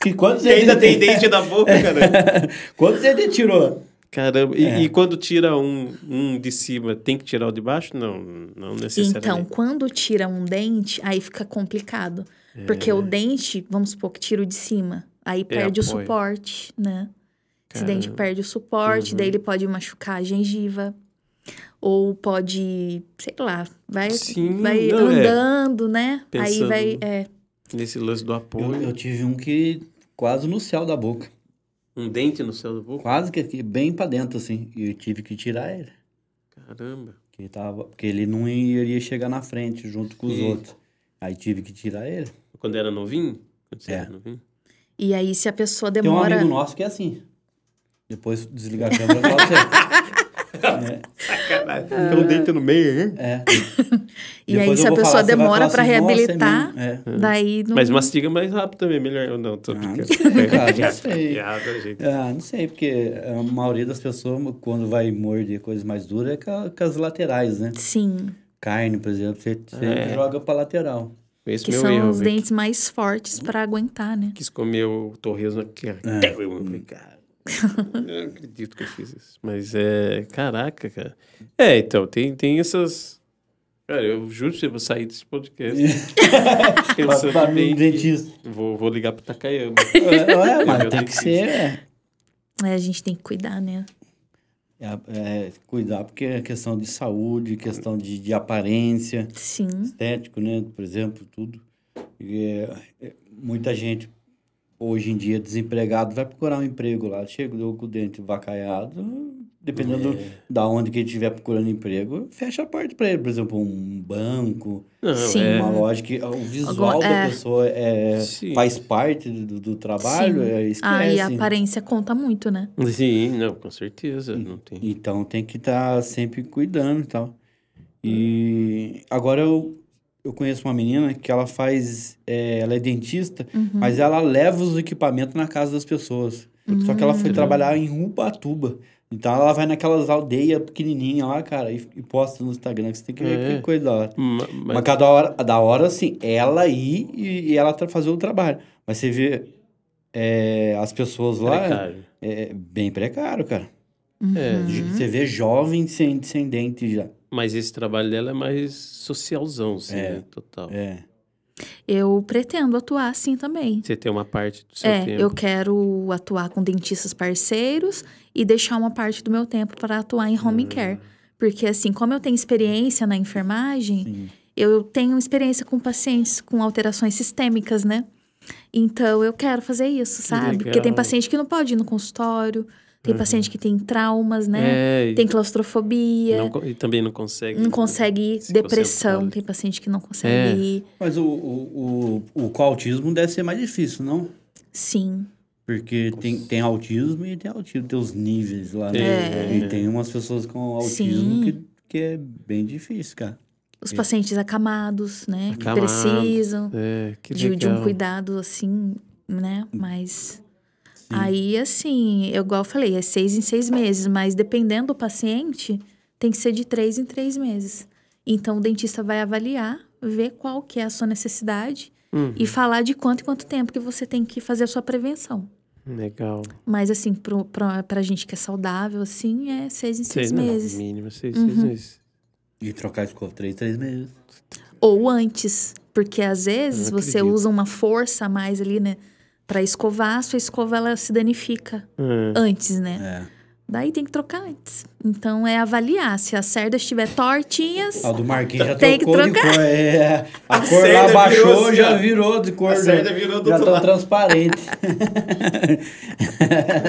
Que quantos
E ainda tem dente na boca, né? cara.
Quantos ele tirou?
Caramba. E,
É.
e quando tira um, um de cima, tem que tirar o de baixo? Não, não
Então,
necessariamente.
quando tira um dente, aí fica complicado.
É.
Porque o dente, vamos supor que tira o de cima, aí perde o
apoia.
suporte, né? Esse dente
Caramba.
perde o suporte,
Uhum.
daí ele pode machucar a gengiva. Ou pode, sei lá, vai,
Sim,
vai
não, é.
andando, né?
Pensando-
Aí vai. É,
Nesse lance do
Eu,
apoio.
eu tive um que quase no céu da boca.
Um dente no céu do boca?
Quase que aqui, bem pra dentro, assim. E eu tive que tirar ele.
Caramba.
Que ele tava, porque ele não iria chegar na frente junto com os
Sim.
outros. Aí tive que tirar ele.
Quando era novinho? Quando você
É.
era novinho?
e aí, se a pessoa
Tem um
demora.
amigo nosso que é assim. Depois desligar a câmera pra você.
Caralho. Tem
Ah.
um dente no meio, hein?
É.
E aí,
Depois
se
eu
a
vou
pessoa
falar, você vai
demora
falar
pra
assim, "Nossa, é
reabilitar,
mesmo?" É.
daí não.
Mas mastiga mais rápido também, melhor. Eu não, tô
Ah,
brincando.
não sei, cara, não sei.
Piada, gente.
Ah, não sei, porque a maioria das pessoas, quando vai morder coisas mais duras, é ca- com, as laterais, né?
Sim,
Carne, por exemplo, você, você
É.
joga pra lateral.
Esse
que
meu
são
erro,
os
velho.
dentes mais fortes pra aguentar, né?
Quis comer o torresmo
É.
aqui. ó. Eu falei, cara, eu não acredito que eu fiz isso. Mas é. Caraca, cara. É, então, tem, tem essas. Cara, eu juro pra você, eu vou sair desse podcast.
Pra,
pensando
pra
bem
mim,
que-
dentista.
Vou, vou ligar pro Takayama.
É, ué,
Eu
mas tem que
dentista.
ser, é.
É, a gente tem que cuidar, né?
É, é, Cuidar, porque é questão de saúde, questão de, de aparência,
Sim.
estético, né? Por exemplo, tudo. E é- é, muita gente, hoje em dia, desempregado, vai procurar um emprego lá. Chega com o dente vacaiado, dependendo
É.
da onde que ele estiver procurando emprego, fecha a porta para ele. Por exemplo, um banco,
Não,
Sim.
é.
uma loja que o visual
Alguma-
da
é.
pessoa é,
Sim.
faz parte do, do trabalho,
Sim.
é,
Ah, e
esquece.
a aparência conta muito, né?
Sim, não, com certeza. Não tem.
Então tem que estar sempre cuidando e tal. E
É.
agora eu, eu conheço uma menina que ela faz. é, ela é dentista,
Uhum.
mas ela leva os equipamentos na casa das pessoas. Só que ela
Uhum.
foi trabalhar em Ubatuba. Então ela vai naquelas aldeias pequenininhas lá, cara, e, e posta no Instagram que você tem que ver
É.
que coisa da hora.
Ma-
Mas,
Mas,
cada hora, da hora, assim, ela ir e, e ela tra- fazer o trabalho. Mas você vê é, as pessoas lá,
precário.
é, é bem precário, cara.
É,
Uhum.
De- Você vê jovem sem, sem dente já.
mas esse trabalho dela é mais socialzão, assim,
É.
né? Total.
É.
Eu pretendo atuar assim também.
Você tem uma parte do seu
É,
tempo.
eu quero atuar com dentistas parceiros e deixar uma parte do meu tempo para atuar em home
Ah.
care. Porque, assim, como eu tenho experiência na enfermagem,
Sim.
eu tenho experiência com pacientes com alterações sistêmicas, né? Então, eu quero fazer isso, sabe? Porque tem
legal. Uhum.
paciente que não pode ir no consultório, tem paciente que tem traumas, né?
É, e-
Tem claustrofobia,
Não
não,
co- e também não consegue.
consegue
se
depressão,
concentrar.
tem paciente que não consegue
É.
ir.
Mas o, o, o, o com autismo deve ser mais difícil, não?
Sim.
Porque tem, tem autismo e tem autismo, tem os níveis lá, né?
É.
E tem umas pessoas com autismo
Sim.
que, que é bem difícil, cara.
Os pacientes acamados, né?
Acamado.
Que precisam.
É, que
de, de um
legal.
cuidado assim, né? Mas aí, assim, eu, igual eu falei, é seis em seis meses, mas dependendo do paciente, tem que ser de três em três meses. Então, o dentista vai avaliar, ver qual que é a sua necessidade
Uhum.
e falar de quanto e quanto tempo que você tem que fazer a sua prevenção.
Legal.
Mas, assim, pro, pra, pra gente que é saudável, assim, é seis em seis
Sei, não,
meses. Uhum.
Mínimo, seis, seis meses.
E trocar escova três, três meses.
Ou antes, porque às vezes
Eu
você
acredito.
usa uma força a mais ali, né? Pra escovar, a sua escova ela se danifica
É.
antes, né?
É.
Daí tem que trocar antes. Então é avaliar. Se as cerdas estiver tortinhas,
É
A do Marquinhos já
Tem que
trocou de
trocar.
cor. é. a,
A
cor
cerda
lá baixou,
virou assim,
já
ó.
virou de cor.
A
né?
cerda virou do
Já
outro
tão
lado.
transparente.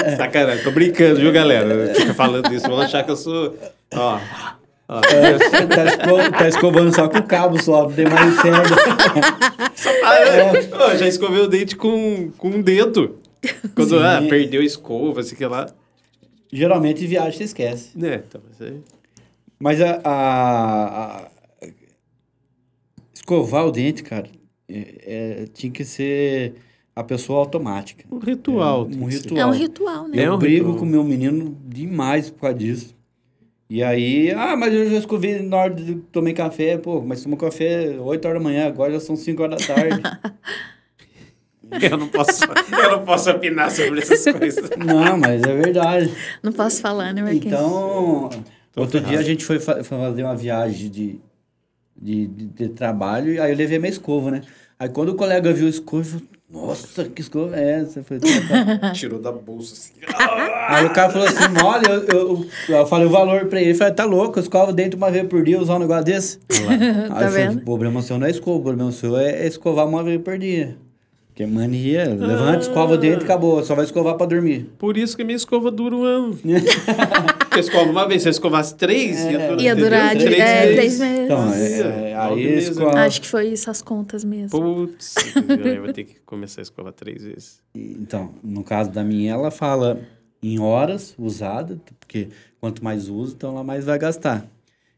É. Sacanagem, tô brincando, viu, galera? Fica falando isso, vão achar que eu sou. Ó. ó,
tá, esco- tá escovando só com o cabo só, não tem mais cerda.
Ah, é. Ó, já escovei o dente com, com um dedo. Quando ah,
Sim.
perdeu a escova, assim que lá.
Geralmente em viagem você esquece.
Né, então, mas aí-
Mas a, a- a- escovar o dente, cara, é- é- tinha que ser a pessoa automática.
Um ritual. tem
um
que ser.
ritual.
é um ritual, né?
É
Eu
um
brigo
ritual.
com meu menino demais por causa disso. E aí, ah, mas eu já escovei na hora de tomei café, pô, mas tomou café 8 horas da manhã, agora já são 5 horas da tarde.
Eu não posso, eu não posso opinar sobre essas coisas.
Não, mas é verdade.
Não posso falar, né, Marquinhos?
Então,
Tô
outro
ferrado.
dia a gente foi, fa- foi fazer uma viagem de, de, de- de trabalho, e aí eu levei minha escova, né? Aí quando o colega viu a escova, ele falou, Nossa, que escova é essa? Eu falei,
Tirou da bolsa assim.
Aí o cara falou assim, olha, eu, eu, eu falei o valor pra ele. Ele falou, tá louco, eu escovo dentro uma vez por dia, usar um negócio desse.
Tá
Aí eu falei,
vendo?
o problema seu não é escova, o problema seu é, é escovar uma vez por dia. Que mania, levanta, escova o dente, acabou, só vai escovar pra dormir.
Por isso que minha escova dura um ano. Porque escova uma vez, se eu escovasse três, ia durar,
Ia durar
entendeu?
de- é,
meses.
três meses.
Então, é-
Nossa,
é,
nove
aí
meses,
escova...
Acho que foi isso as contas mesmo.
Putz, aí vai ter que começar a escovar três vezes.
Então, no caso da minha, ela fala em horas usada, porque quanto mais usa, então ela mais vai gastar.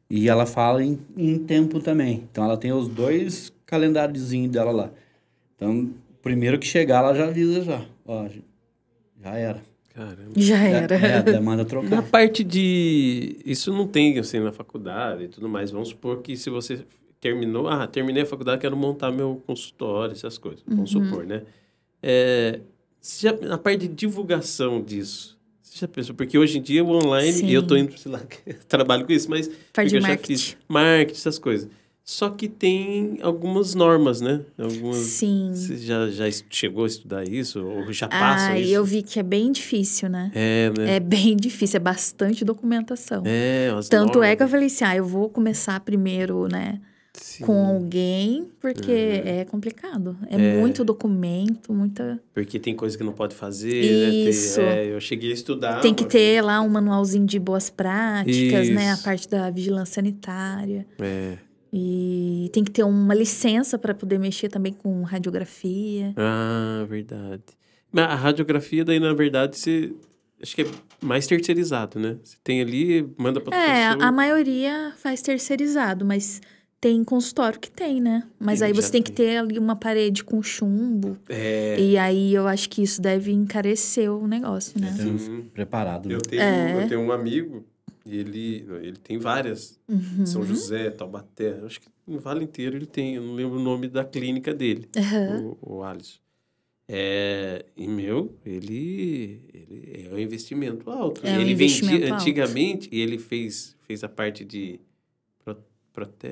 E ela fala em, em tempo também. Então ela tem os dois calendáriozinhos dela lá. Então, primeiro que chegar, ela já avisa já. Ó, já era.
Caramba.
Já
É, é,
era.
demanda
Na
trocar.
parte de. Isso não tem, assim, na faculdade e tudo mais. Vamos supor que se você terminou. Ah, terminei a faculdade, quero montar meu consultório, essas coisas. Vamos
Uhum.
supor, né? É, você já, na parte de divulgação disso. Você já pensou? Porque hoje em dia o online,
Sim.
e eu tô indo, sei lá, trabalho com isso, mas
Parte
Porque
de
eu já
marketing.
fiz marketing, essas coisas. Só que tem algumas normas, né? Algumas.
Sim.
Você já, já es- chegou a estudar isso? Ou já passam
Ah, e
isso?
eu vi que é bem difícil, né?
É, né?
É bem difícil, é bastante documentação.
É, as
Tanto
normas.
é que eu falei assim, ah, eu vou começar primeiro, né,
Sim.
com alguém, porque é, complicado. É,
É.
muito documento, muita...
Porque tem coisa que não pode fazer,
Isso.
né? Tem- é, eu cheguei a estudar.
Tem que
mas-
ter lá um manualzinho de boas práticas, né, a
Isso.
parte da vigilância sanitária.
É.
E tem que ter uma licença para poder mexer também com radiografia.
Ah, verdade. Mas a radiografia, daí, na verdade, você. Acho que é mais terceirizado, né? Você tem ali, manda pra outra
É,
pessoa.
a maioria faz terceirizado, mas tem consultório que tem, né? Mas
Ele
aí
já
você tem que
tem.
ter ali uma parede com chumbo.
É.
E aí eu acho que isso deve encarecer o negócio, né?
Então,
Sim.
preparado. né?
Eu tenho,
É.
eu tenho um amigo, e ele, ele tem várias.
Uhum.
São José, Taubaté, acho que no Vale inteiro ele tem, eu não lembro o nome da clínica dele,
Aham.
o, o Alisson. É, e meu, ele, ele é um investimento alto.
É
E
um
ele
investimento
vendia
alto.
antigamente, e ele fez, fez a parte de pro, prote,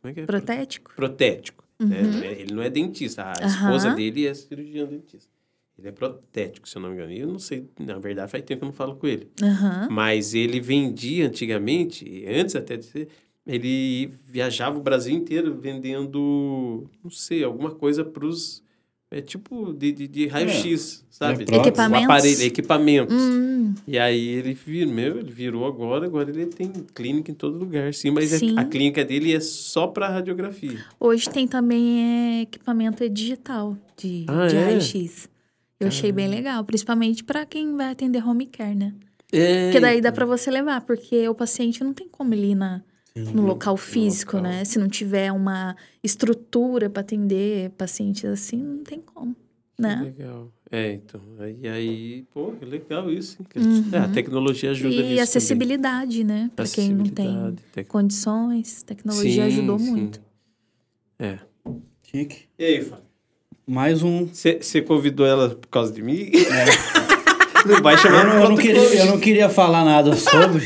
como é que é?
Protético?
protético. né?
Uhum.
Não é- Ele não é dentista. A
Aham.
esposa dele é cirurgiã dentista. Ele é protético, se eu não me engano. E Eu não sei, na verdade, faz tempo que eu não falo com ele.
Aham.
Mas ele vendia antigamente, e antes até de ser, ele viajava o Brasil inteiro vendendo, não sei, alguma coisa para os. É tipo de, de, de raio-x, sabe?
prótese.
É Equipamentos.
Um aparelho, equipamentos.
Hum,
E aí ele virou, meu, ele virou agora, agora ele tem clínica em todo lugar, sim, mas é-
Sim.
a clínica dele é só para radiografia.
hoje tem também é, equipamento é, digital de,
Ah,
de
é?
raio-x. Eu achei bem legal, principalmente para quem vai atender home care, né?
É,
Porque daí dá para você levar, porque o paciente não tem como ele ir na, no local físico,
local.
né? Se não tiver uma estrutura para atender pacientes assim, não tem como,
Que
né?
Legal. É, então. Aí, aí pô, que legal isso. hein, cara?
Uhum.
É, a tecnologia ajuda nisso.
E
também.
acessibilidade, né? Para quem não tem
Acessibilidade, tec-
condições, tecnologia
Sim,
ajudou
sim.
muito.
É.
Chique.
E aí, Fábio?
Mais um.
Você convidou ela por causa de mim? É. não vai chamar
Eu não, eu não
outro
queria, eu não queria falar nada sobre,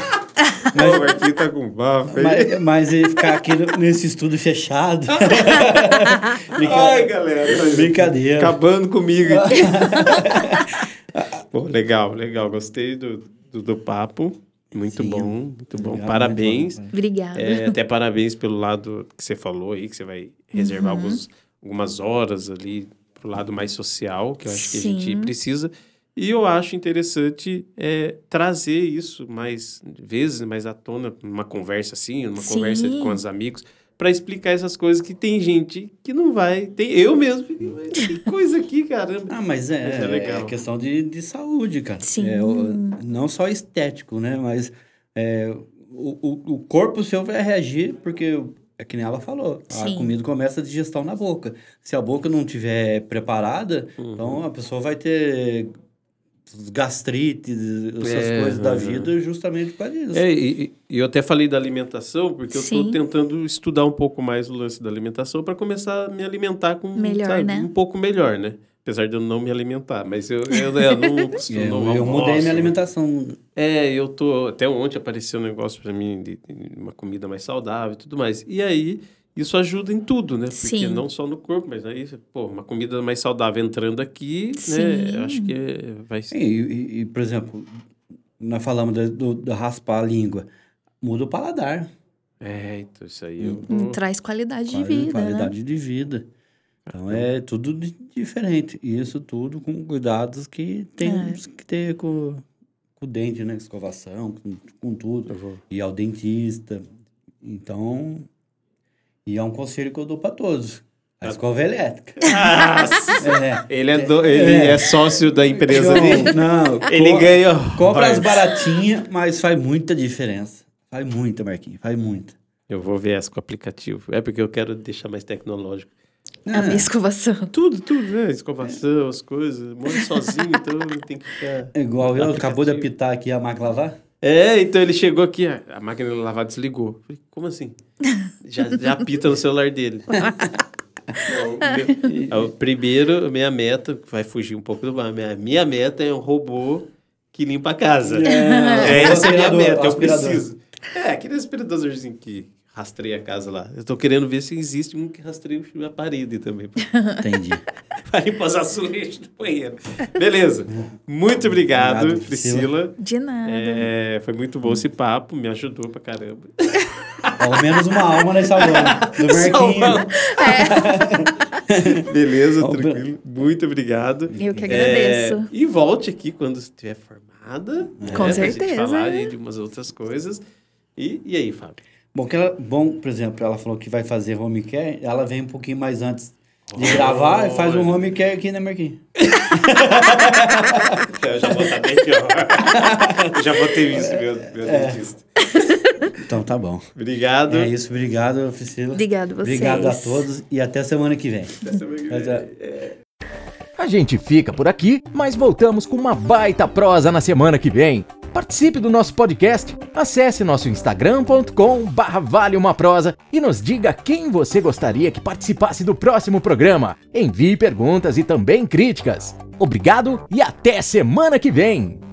Não, o Marquinhos tá com bafo aí.
mas, mas ele ficar aqui no- nesse estudo fechado.
Ai,
Brinca-
galera. tá
Brincadeira.
Acabando comigo aqui. Pô, legal, legal. Gostei do, do, do papo. Muito
Sim.
bom, muito bom.
Obrigado,
Parabéns.
muito bom.
Obrigada.
É, até parabéns pelo lado que você falou aí, que você vai reservar
Uhum.
alguns, algumas horas ali pro lado mais social, que eu acho que a
Sim.
gente precisa. E eu acho interessante é, trazer isso mais vezes, mais à tona, numa conversa assim, numa conversa
Sim.
com os amigos, para explicar essas coisas que tem gente que não vai. Tem eu mesmo, que não vai, tem coisa aqui, caramba.
Ah, mas
Mas
é,
é
é,
legal.
questão de, de saúde, cara.
Sim.
É, o- não só estético, né? Mas é, o, o, o corpo seu vai reagir, porque é que nem ela falou.
Sim.
A comida começa a digestão na boca. Se a boca não estiver preparada,
Uhum.
então a pessoa vai ter gastrites, essas
É,
coisas da
aham.
vida justamente por causa disso.
É, e, e eu até falei da alimentação, porque eu
Sim.
tô tentando estudar um pouco mais o lance da alimentação para começar a me alimentar com
Melhor, né?
um pouco melhor, né? Apesar de eu não me alimentar, mas eu, eu, eu não costumo,
É,
não
eu, eu mudei
almoço. né?
minha alimentação.
É, eu tô. Até ontem apareceu um negócio para mim de, de uma comida mais saudável e tudo mais. E aí Isso ajuda em tudo, né? Porque
Sim.
não só no corpo, mas aí, pô, uma comida mais saudável entrando aqui, né?
Sim.
Eu acho que é- vai ser.
E, e- e, por exemplo, nós falamos da, do, da raspar a língua. Muda o paladar.
É, então isso aí. Eu
Hum,
vou-
Traz qualidade de
quali-
vida, né?
qualidade de vida. Então é tudo di- diferente. E isso tudo com cuidados que
É.
temos que ter com, com o dente, né? Escovação, com, com tudo.
eu vou-
E ao dentista. Então. E é um conselho que eu dou para todos. A escova elétrica. É.
Ele é, do- ele é. sócio da empresa dele.
Então, Não,
Ele
co-
ganha.
Compra as
Olha,
baratinhas, mas faz muita diferença. Faz muita, Marquinhos, faz muita.
Eu vou ver essa com o aplicativo. É porque eu quero deixar mais tecnológico.
A
É.
minha É escovação.
Tudo, tudo, né? Escovação, as coisas. Moro sozinho, então não tem que ficar.
É igual eu,
Aplicativo.
acabou de apitar aqui a máquina lavar.
É, então ele chegou aqui, a a máquina de lavar desligou. Falei, como assim? Já, já apita no celular dele. Não, o meu- é o primeiro, a minha meta, vai fugir um pouco do bar, minha, minha meta é um robô que limpa a casa. É, essa é a minha
aspirador,
meta, eu
aspirador.
preciso. É, aquele aspiradorzinho assim, que rastreia a casa lá. Eu tô querendo ver se existe um que rastreia a parede também.
Entendi.
Pra limpar os azulejos do banheiro. Beleza. Muito obrigado,
Obrigado, Priscila.
Priscila.
De nada.
É, foi muito bom esse papo, me ajudou pra caramba.
Pelo menos uma alma nessa lona. Do Marquinhos.
É.
Beleza,
Ó,
tranquilo. Muito obrigado.
Eu que agradeço.
É, e volte aqui quando estiver formada. né,
Com
pra gente
certeza.
falar aí de umas outras coisas. E, e aí, Fábio?
Bom, que ela, bom, por exemplo, ela falou que vai fazer home care, ela vem um pouquinho mais antes de gravar e faz um home care aqui, né, Marquinhos?
Eu já vou estar bem pior. Eu já vou ter visto meu, meu dentista.
Então tá bom.
Obrigado.
É isso, obrigado, Priscila.
Obrigado a vocês.
É. Obrigado a todos e até semana que vem.
Até semana que vem.
Tchau, tchau.
A gente fica por aqui, mas voltamos com uma baita prosa na semana que vem. Participe do nosso podcast, acesse nosso instagram.com barra vale uma prosa e nos diga quem você gostaria que participasse do próximo programa. Envie perguntas e também críticas. Obrigado e até semana que vem!